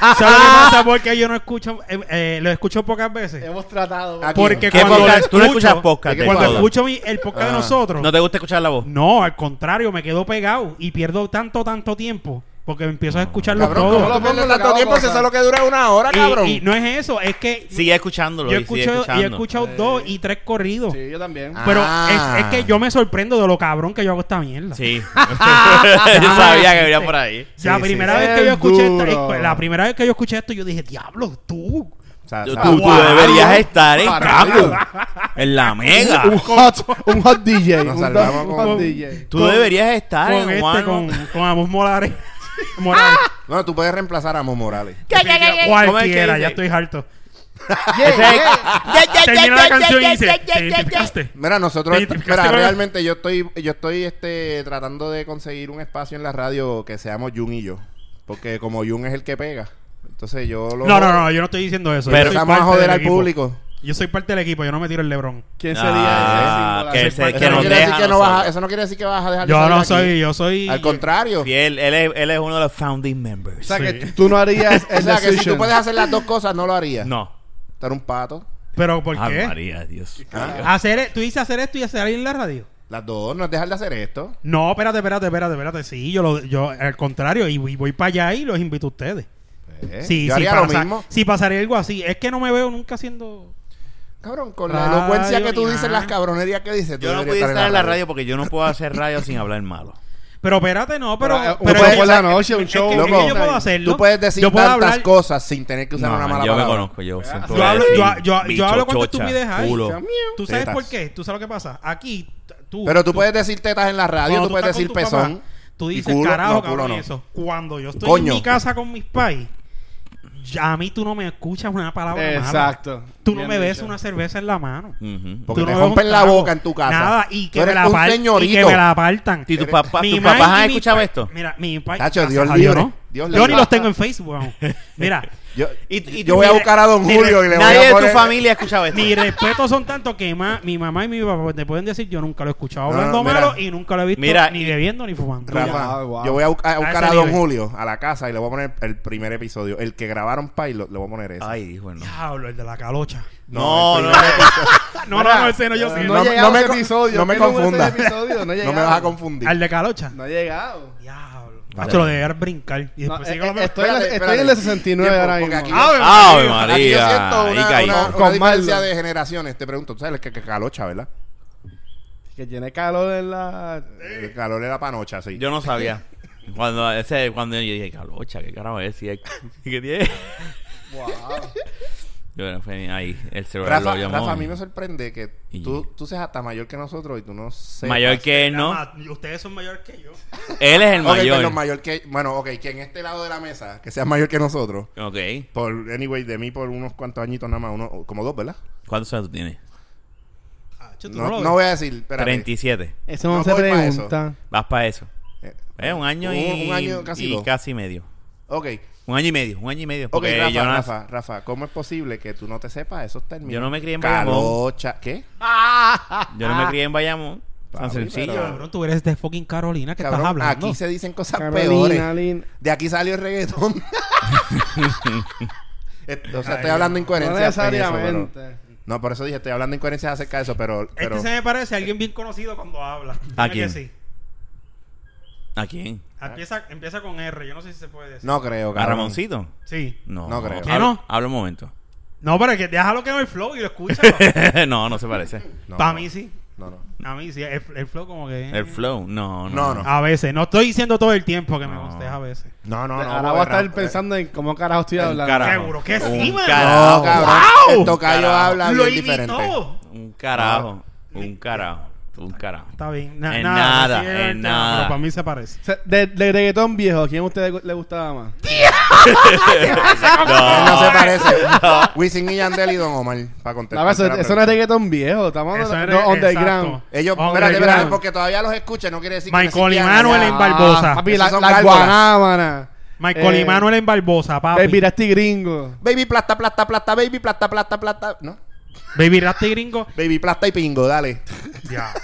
Speaker 1: ¿Sabes lo que pasa? Porque yo no escucho, eh, eh, lo escucho pocas veces.
Speaker 4: Hemos tratado.
Speaker 2: Aquí.
Speaker 3: ¿Qué
Speaker 1: Porque cuando lo
Speaker 3: podcast?
Speaker 1: escucho,
Speaker 3: ¿Tú no escuchas podcast
Speaker 2: de
Speaker 1: cuando
Speaker 2: todo?
Speaker 1: escucho mi- el podcast de
Speaker 2: Ah.
Speaker 1: nosotros,
Speaker 3: ¿No te gusta escuchar la voz?
Speaker 1: no, al contrario, me quedo pegado y pierdo tanto, tanto tiempo porque empiezo a escucharlo
Speaker 2: Cabrón,
Speaker 1: todo.
Speaker 2: ¿cómo lo
Speaker 4: Todo
Speaker 2: pongo
Speaker 4: el mundo
Speaker 2: tanto
Speaker 4: acaba
Speaker 2: tiempo? Si eso
Speaker 4: pasando.
Speaker 2: es lo que dura una hora,
Speaker 1: Y-
Speaker 2: cabrón.
Speaker 1: Y, no es eso, es que
Speaker 3: Sigue escuchándolo.
Speaker 1: yo
Speaker 3: y sigue
Speaker 1: escucho, yo he
Speaker 3: escuchando.
Speaker 1: escuchado
Speaker 2: Eh.
Speaker 1: dos y tres corridos.
Speaker 4: Sí, yo también.
Speaker 1: Pero
Speaker 2: Ah.
Speaker 1: es, es que yo me sorprendo de lo cabrón que yo hago esta mierda.
Speaker 3: Sí. yo sabía que venía por ahí.
Speaker 1: la
Speaker 2: Sí, sí,
Speaker 1: primera
Speaker 4: sí.
Speaker 1: vez que
Speaker 4: Es
Speaker 1: yo escuché esto, pues,
Speaker 4: duro.
Speaker 1: la primera vez que yo escuché esto, yo dije, diablo, tú.
Speaker 2: O sea,
Speaker 3: Tú,
Speaker 2: ¿sabes?
Speaker 3: tú
Speaker 4: Wow.
Speaker 3: deberías estar en
Speaker 4: Carajo.
Speaker 3: Caco. En la mega.
Speaker 4: Un hot, un hot DJ.
Speaker 2: Nos
Speaker 4: un
Speaker 2: salvamos
Speaker 4: un
Speaker 2: con-
Speaker 4: hot DJ.
Speaker 3: Tú
Speaker 1: con-
Speaker 3: deberías estar
Speaker 1: con
Speaker 3: en
Speaker 1: este,
Speaker 3: Juan.
Speaker 1: con, con Amos Morales. Morales.
Speaker 2: No, tú puedes reemplazar a Mo Morales.
Speaker 1: Ah, Cualquiera,
Speaker 3: dice?
Speaker 1: ya estoy harto.
Speaker 4: Yeah,
Speaker 3: Ese-
Speaker 4: yeah.
Speaker 1: Termina la canción y dice, te identificaste.
Speaker 2: Mira, nosotros,
Speaker 1: Te identificaste
Speaker 2: mira,
Speaker 1: con él.
Speaker 2: realmente yo estoy, yo estoy este, tratando de conseguir un espacio en la radio que seamos Jun y yo. Porque como Jun es el que pega, entonces yo lo...
Speaker 1: No, no, no, yo no estoy diciendo eso.
Speaker 3: Pero-
Speaker 1: yo soy
Speaker 2: Empezamos a
Speaker 1: parte
Speaker 2: joder
Speaker 1: del
Speaker 2: al
Speaker 1: equipo.
Speaker 2: público.
Speaker 1: Yo soy parte del equipo, yo no me tiro el Lebron.
Speaker 4: ¿Quién
Speaker 3: Ah,
Speaker 4: sería
Speaker 3: que
Speaker 4: ese?
Speaker 3: ese-
Speaker 4: Singular.
Speaker 3: que
Speaker 2: Eso no,
Speaker 3: nos
Speaker 2: quiere decir
Speaker 3: deja
Speaker 2: que no vas a-
Speaker 3: nosotros.
Speaker 2: eso no quiere decir que vas a dejar de
Speaker 1: Yo
Speaker 2: salir
Speaker 1: no
Speaker 2: aquí.
Speaker 1: soy, yo soy.
Speaker 2: Al contrario.
Speaker 3: Sí, él, él es, él es uno de los founding members.
Speaker 4: O sea, que
Speaker 1: Sí.
Speaker 4: tú no harías
Speaker 2: O
Speaker 4: el
Speaker 2: sea, que si tú
Speaker 4: decision.
Speaker 2: puedes hacer las dos cosas, no lo harías.
Speaker 3: No.
Speaker 2: Estar un pato.
Speaker 1: Pero ¿por
Speaker 3: Ah,
Speaker 1: qué?
Speaker 3: María, Dios.
Speaker 1: Hacer, e, tú dices hacer esto y hacer ahí en la radio.
Speaker 2: Las dos, no es dejar de hacer esto.
Speaker 1: No, espérate, espérate, espérate, espérate. Sí, yo, lo, yo al contrario, y voy, voy para allá y los invito a ustedes.
Speaker 2: Eh,
Speaker 1: Sí,
Speaker 2: yo
Speaker 1: sí,
Speaker 2: haría lo
Speaker 1: pasa-
Speaker 2: mismo.
Speaker 1: sí, pasaría algo así. Es que no me veo nunca haciendo.
Speaker 2: Cabrón, con la
Speaker 1: Radio
Speaker 2: elocuencia que tú
Speaker 1: ni
Speaker 2: dices,
Speaker 1: nada.
Speaker 2: las cabronerías que dices, tú
Speaker 3: Yo no
Speaker 2: deberías
Speaker 3: pude estar en la radio porque yo no puedo hacer radio sin hablar malo.
Speaker 1: Pero espérate, no, pero.
Speaker 2: eh,
Speaker 4: Ah, un
Speaker 1: pero
Speaker 4: juego
Speaker 1: es que-
Speaker 4: por la noche, un
Speaker 1: es que-
Speaker 4: show.
Speaker 1: es que
Speaker 2: Loco,
Speaker 1: yo puedo hacerlo.
Speaker 2: Tú puedes decir
Speaker 1: Yo puedo
Speaker 2: tantas
Speaker 1: hablar-
Speaker 2: cosas sin tener que usar
Speaker 3: No,
Speaker 2: una
Speaker 3: man,
Speaker 2: mala
Speaker 3: yo me
Speaker 2: palabra.
Speaker 3: conozco. Yo, siempre
Speaker 1: Yo
Speaker 3: voy a
Speaker 1: hablo,
Speaker 3: decir
Speaker 1: yo, yo, yo
Speaker 3: bicho,
Speaker 1: hablo con tu
Speaker 3: chocha,
Speaker 1: estupidez ahí.
Speaker 3: culo.
Speaker 1: ¿Tú sabes
Speaker 2: Tetas.
Speaker 1: por qué? ¿Tú sabes lo que pasa? Aquí, t- tú.
Speaker 2: Pero tú puedes decir tetas en la radio,
Speaker 1: cuando
Speaker 2: tú puedes
Speaker 1: estás
Speaker 2: decir
Speaker 1: con tu
Speaker 2: pezón.
Speaker 1: papá, tú
Speaker 2: y
Speaker 1: dices,
Speaker 2: culo.
Speaker 1: carajo,
Speaker 2: No, culo
Speaker 1: cabrón,
Speaker 2: no.
Speaker 1: eso. Cuando yo estoy
Speaker 2: Coño.
Speaker 1: en mi casa con mis pais, ya a mí tú no me escuchas una palabra mala.
Speaker 4: Exacto.
Speaker 1: Tú no
Speaker 4: Bien
Speaker 1: me ves
Speaker 4: dicho.
Speaker 1: una cerveza en la mano.
Speaker 3: Ujú.
Speaker 2: Porque
Speaker 1: Tú
Speaker 2: te
Speaker 1: no ves
Speaker 2: rompen
Speaker 1: un
Speaker 2: la
Speaker 1: trago.
Speaker 2: boca en tu casa.
Speaker 1: Nada, y
Speaker 2: Tú
Speaker 1: que, me
Speaker 2: eres
Speaker 1: la
Speaker 2: un
Speaker 1: apar-
Speaker 2: señorito.
Speaker 1: y que me la apartan.
Speaker 3: ¿Y tus papás
Speaker 1: Mi
Speaker 3: tus
Speaker 1: mamá
Speaker 3: papás
Speaker 1: y
Speaker 3: han
Speaker 1: mi
Speaker 3: escuchado
Speaker 1: pa-
Speaker 3: esto?
Speaker 1: Mira, mi papá.
Speaker 2: Tacho,
Speaker 1: gracias
Speaker 2: Dios
Speaker 1: a Dios,
Speaker 2: libre.
Speaker 1: ¿no?
Speaker 2: Dios
Speaker 1: yo
Speaker 2: libre.
Speaker 1: ni los tengo en Facebook. aún. Mira,
Speaker 2: Yo,
Speaker 3: Y- y
Speaker 2: yo
Speaker 3: tú-
Speaker 2: voy a buscar a Don Julio y le voy a
Speaker 3: Nadie de tu
Speaker 2: poner-
Speaker 3: familia ha escuchado esto.
Speaker 1: mis respetos son tantos que ma- mi mamá y mi papá te pueden decir yo nunca lo he escuchado
Speaker 2: No,
Speaker 1: hablando
Speaker 2: no, mira.
Speaker 1: malo y nunca lo he visto
Speaker 3: Mira,
Speaker 1: ni
Speaker 3: y-
Speaker 1: bebiendo ni fumando.
Speaker 2: Rafa,
Speaker 4: Ah, wow.
Speaker 2: yo voy a, bu- a buscar
Speaker 1: ese
Speaker 2: a Don
Speaker 1: nivel.
Speaker 2: Julio a la casa y le voy a poner el primer episodio. El que grabaron Pilot, le voy a poner ese.
Speaker 3: Ay, dijo no.
Speaker 1: Diablo, el de la calocha.
Speaker 3: No,
Speaker 2: el
Speaker 3: Ah, no,
Speaker 2: primer episodio.
Speaker 1: No, no, no, ese no, yo sí.
Speaker 4: No,
Speaker 2: Ah, No
Speaker 4: ha
Speaker 2: me-
Speaker 4: llegado
Speaker 2: no me
Speaker 4: ese
Speaker 2: con-
Speaker 4: episodio.
Speaker 2: no me
Speaker 4: ¿Qué número es ese
Speaker 2: confunda.
Speaker 4: episodio? No, ha
Speaker 2: No me
Speaker 4: llegado.
Speaker 2: vas a confundir.
Speaker 1: Al de calocha.
Speaker 4: No ha llegado.
Speaker 1: Diablo. Macho, lo de dejar brincar. Y pues
Speaker 4: No,
Speaker 1: después
Speaker 4: eh,
Speaker 1: sigo
Speaker 4: eh,
Speaker 1: lo mismo.
Speaker 4: estoy, en la-
Speaker 2: Espérate,
Speaker 4: estoy en
Speaker 2: espérate.
Speaker 4: el 69
Speaker 2: Tiempo,
Speaker 4: ahora
Speaker 2: porque
Speaker 4: mismo.
Speaker 2: aquí-
Speaker 3: Ave
Speaker 2: Aquí yo
Speaker 3: María.
Speaker 2: siento
Speaker 3: Ahí
Speaker 2: una,
Speaker 3: caí.
Speaker 2: una, una
Speaker 4: Con
Speaker 2: diferencia
Speaker 4: Marlon.
Speaker 2: de generaciones. Te pregunto, ¿tú sabes el que, que calocha, verdad?
Speaker 4: Que tiene calor en la...
Speaker 2: El Eh, calor era panocha, sí.
Speaker 3: Yo no sabía. Cuando ese, cuando yo dije, calocha, qué carajo es, y él- ¿qué tiene? Yo no fue ahí, el celular
Speaker 2: Rafa,
Speaker 3: lo llamó.
Speaker 2: Rafa, a mí me sorprende que
Speaker 3: Y-
Speaker 2: tú, tú seas hasta mayor que nosotros y tú no sepas.
Speaker 3: Mayor que él, ¿no?
Speaker 1: Ah, Ustedes son mayores que yo.
Speaker 3: Él es el
Speaker 2: Ok,
Speaker 3: mayor.
Speaker 2: perdón, mayor que... Bueno, ok, que en este lado de la mesa, que seas mayor que nosotros.
Speaker 3: Ok.
Speaker 2: Por, anyway, de mí por unos cuantos añitos nada más, uno, como dos, ¿verdad?
Speaker 3: ¿Cuántos años tú tienes?
Speaker 1: Ah, yo tú no
Speaker 2: No,
Speaker 1: lo
Speaker 2: no
Speaker 1: ves.
Speaker 2: voy a decir, espérate.
Speaker 3: 37.
Speaker 4: Eso no,
Speaker 2: No
Speaker 4: se
Speaker 2: voy pa' eso.
Speaker 4: pregunta.
Speaker 3: Vas para eso.
Speaker 2: Eh,
Speaker 3: Eh, un año
Speaker 2: Un-
Speaker 3: y.
Speaker 2: un año, casi
Speaker 3: y
Speaker 2: dos.
Speaker 3: casi medio.
Speaker 2: Ok,
Speaker 3: Un año y medio, un año y medio.
Speaker 2: ok,
Speaker 3: Porque
Speaker 2: Rafa,
Speaker 3: yo, no,
Speaker 2: Rafa, Rafa, ¿cómo es posible que tú no te sepas esos términos?
Speaker 3: Yo no me crié en Bayamón.
Speaker 2: Calocha, ¿qué?
Speaker 3: yo
Speaker 2: Ah.
Speaker 3: no me crié en Bayamón. Tan
Speaker 2: Papi,
Speaker 3: sencillo.
Speaker 2: pero-
Speaker 1: Cabrón, tú eres de fucking Carolina que estás
Speaker 2: Cabrón,
Speaker 1: hablando.
Speaker 2: aquí se dicen cosas
Speaker 4: Carolina,
Speaker 2: peores.
Speaker 4: Lin-
Speaker 2: De aquí salió el reggaetón. Eh, o sea, estoy hablando
Speaker 4: No
Speaker 2: incoherencias. en eso, pero-
Speaker 4: necesariamente.
Speaker 2: No, por eso dije, estoy hablando incoherencias acerca de eso, pero... pero...
Speaker 1: Este se me parece a alguien bien conocido cuando habla. Dime
Speaker 3: ¿A
Speaker 1: que
Speaker 3: quién?
Speaker 1: sí.
Speaker 3: ¿A quién?
Speaker 1: Empieza, empieza con R, yo no sé si se puede decir.
Speaker 2: No creo,
Speaker 3: ¿A
Speaker 2: cabrón.
Speaker 3: Ramoncito?
Speaker 1: Sí.
Speaker 3: No.
Speaker 2: No creo.
Speaker 1: ¿Que
Speaker 3: Habla-
Speaker 1: no?
Speaker 3: Habla un momento.
Speaker 1: No, pero que déjalo que no el flow y lo escucha.
Speaker 3: no, no se parece.
Speaker 2: No.
Speaker 1: Para mí sí.
Speaker 2: No, no.
Speaker 1: A mí sí, el, el flow como que...
Speaker 3: El flow, no,
Speaker 2: No,
Speaker 3: no.
Speaker 2: no.
Speaker 1: A veces, no estoy diciendo todo el tiempo que me
Speaker 3: No.
Speaker 1: guste, a veces.
Speaker 2: No, no, no. eh.
Speaker 4: Ahora voy a
Speaker 2: porque
Speaker 4: estar
Speaker 2: Ra-
Speaker 4: pensando en cómo carajo estoy hablando.
Speaker 3: carajo.
Speaker 1: Seguro que
Speaker 3: Un
Speaker 1: sí, mano.
Speaker 3: carajo.
Speaker 2: No, cabrón.
Speaker 1: ¡Wow!
Speaker 2: El tocayo
Speaker 3: Carajo.
Speaker 2: habla
Speaker 1: Lo
Speaker 2: bien diferente.
Speaker 1: imitó.
Speaker 3: Un carajo. Un carajo. Un carajo.
Speaker 1: Está bien.
Speaker 3: En
Speaker 1: nada,
Speaker 3: nada,
Speaker 1: sí, es
Speaker 3: en
Speaker 1: verdad, Pero
Speaker 3: nada.
Speaker 1: para mí se parece.
Speaker 4: O sea, de, de reggaetón viejo, ¿quién a usted le- le gustaba más?
Speaker 2: Él no
Speaker 3: No.
Speaker 2: se parece. Wisin y Yandel y Don Omar. Para contestar.
Speaker 4: No, pero eso,
Speaker 2: la
Speaker 4: eso no
Speaker 2: pregunta.
Speaker 4: es reggaetón viejo, estamos
Speaker 1: Eso
Speaker 4: hablando
Speaker 1: es-
Speaker 4: de no,
Speaker 1: exacto.
Speaker 4: underground.
Speaker 2: Ellos, espérate,
Speaker 1: Underground.
Speaker 2: espérate, porque todavía los escucha, no quiere decir que
Speaker 1: Oh, Michael y
Speaker 2: existían
Speaker 1: Manuel
Speaker 2: allá.
Speaker 1: en Barbosa.
Speaker 4: Ah, Papi,
Speaker 2: Esos
Speaker 4: la,
Speaker 2: son
Speaker 4: la
Speaker 2: gárgolas.
Speaker 4: guanábana.
Speaker 1: Michael
Speaker 4: eh,
Speaker 1: y Manuel en Barbosa, papi.
Speaker 4: Baby
Speaker 1: Baby,
Speaker 4: Rasty Gringo.
Speaker 2: Baby plata, plata, plata, baby plata, plata, plata. No.
Speaker 1: Rasta y Gringo.
Speaker 2: Baby plata y pingo, dale.
Speaker 1: Ya.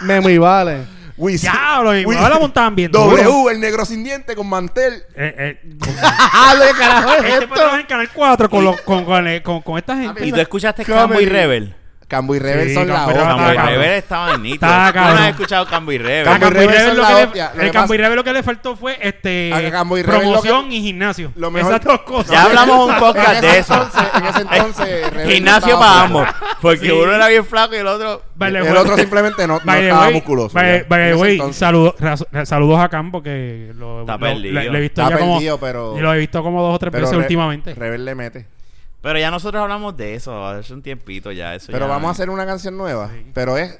Speaker 4: Memo y Vale.
Speaker 2: Wisin.
Speaker 1: Diablo, y
Speaker 2: Wisin.
Speaker 1: ahora la montaban bien. duro.
Speaker 2: W, el negro sin diente con mantel.
Speaker 1: Eh, eh,
Speaker 2: Ah,
Speaker 4: ¡Hable, carajo es
Speaker 1: este fue
Speaker 4: esto!
Speaker 1: trabajar en Canal 4 con, los- con, con, eh, con- con esta gente.
Speaker 3: ¿Y tú escuchaste
Speaker 4: Comedy.
Speaker 3: Cambo y Rebel?
Speaker 2: Cambo y Rebel
Speaker 1: Sí,
Speaker 2: son la
Speaker 1: Cambo y
Speaker 2: hostia.
Speaker 1: Rebel.
Speaker 3: Cambo y
Speaker 1: cabrón.
Speaker 3: Rebel estaba nítido. ¿Tú
Speaker 1: Está,
Speaker 3: no
Speaker 1: cabrón.
Speaker 3: has escuchado Cambo y
Speaker 1: A
Speaker 3: Rebel?
Speaker 2: Cambo y
Speaker 1: Campo y
Speaker 2: Rebel
Speaker 1: Rebel
Speaker 2: son
Speaker 1: lo
Speaker 2: la
Speaker 1: que le-
Speaker 2: hostia. Lo
Speaker 1: el
Speaker 2: que
Speaker 1: Campo y
Speaker 2: pasa-
Speaker 1: Rebel lo que le faltó fue este
Speaker 2: A Cambo y Rebel lo
Speaker 1: promoción
Speaker 2: que-
Speaker 1: y gimnasio.
Speaker 2: lo mejor-
Speaker 1: Esas dos cosas.
Speaker 3: Ya hablamos un podcast
Speaker 2: En ese
Speaker 3: de eso.
Speaker 2: entonces- en ese entonces, Rebel no
Speaker 3: Gimnasio
Speaker 2: estaba
Speaker 3: para ambos.
Speaker 2: flaco.
Speaker 3: Porque
Speaker 1: Sí.
Speaker 3: uno era bien flaco y el otro.
Speaker 1: By the
Speaker 2: El
Speaker 1: way-
Speaker 2: otro simplemente no, no
Speaker 1: by the
Speaker 2: estaba
Speaker 1: way-
Speaker 2: musculoso.
Speaker 1: by-
Speaker 2: ya.
Speaker 1: by the
Speaker 2: En ese
Speaker 1: way,
Speaker 2: entonces.
Speaker 1: saludo- ras- saludos a Campo que lo,
Speaker 3: Está
Speaker 1: lo-
Speaker 3: perdido.
Speaker 1: le- le he visto
Speaker 2: Está
Speaker 1: ya como-
Speaker 2: perdido, pero-
Speaker 1: lo he visto como dos o tres
Speaker 2: Pero
Speaker 1: veces
Speaker 2: Re-
Speaker 1: últimamente.
Speaker 2: Rebel le mete.
Speaker 3: Pero ya nosotros hablamos de eso hace un tiempito ya. Eso
Speaker 2: Pero
Speaker 3: ya-
Speaker 2: vamos a hacer una canción nueva. Pero es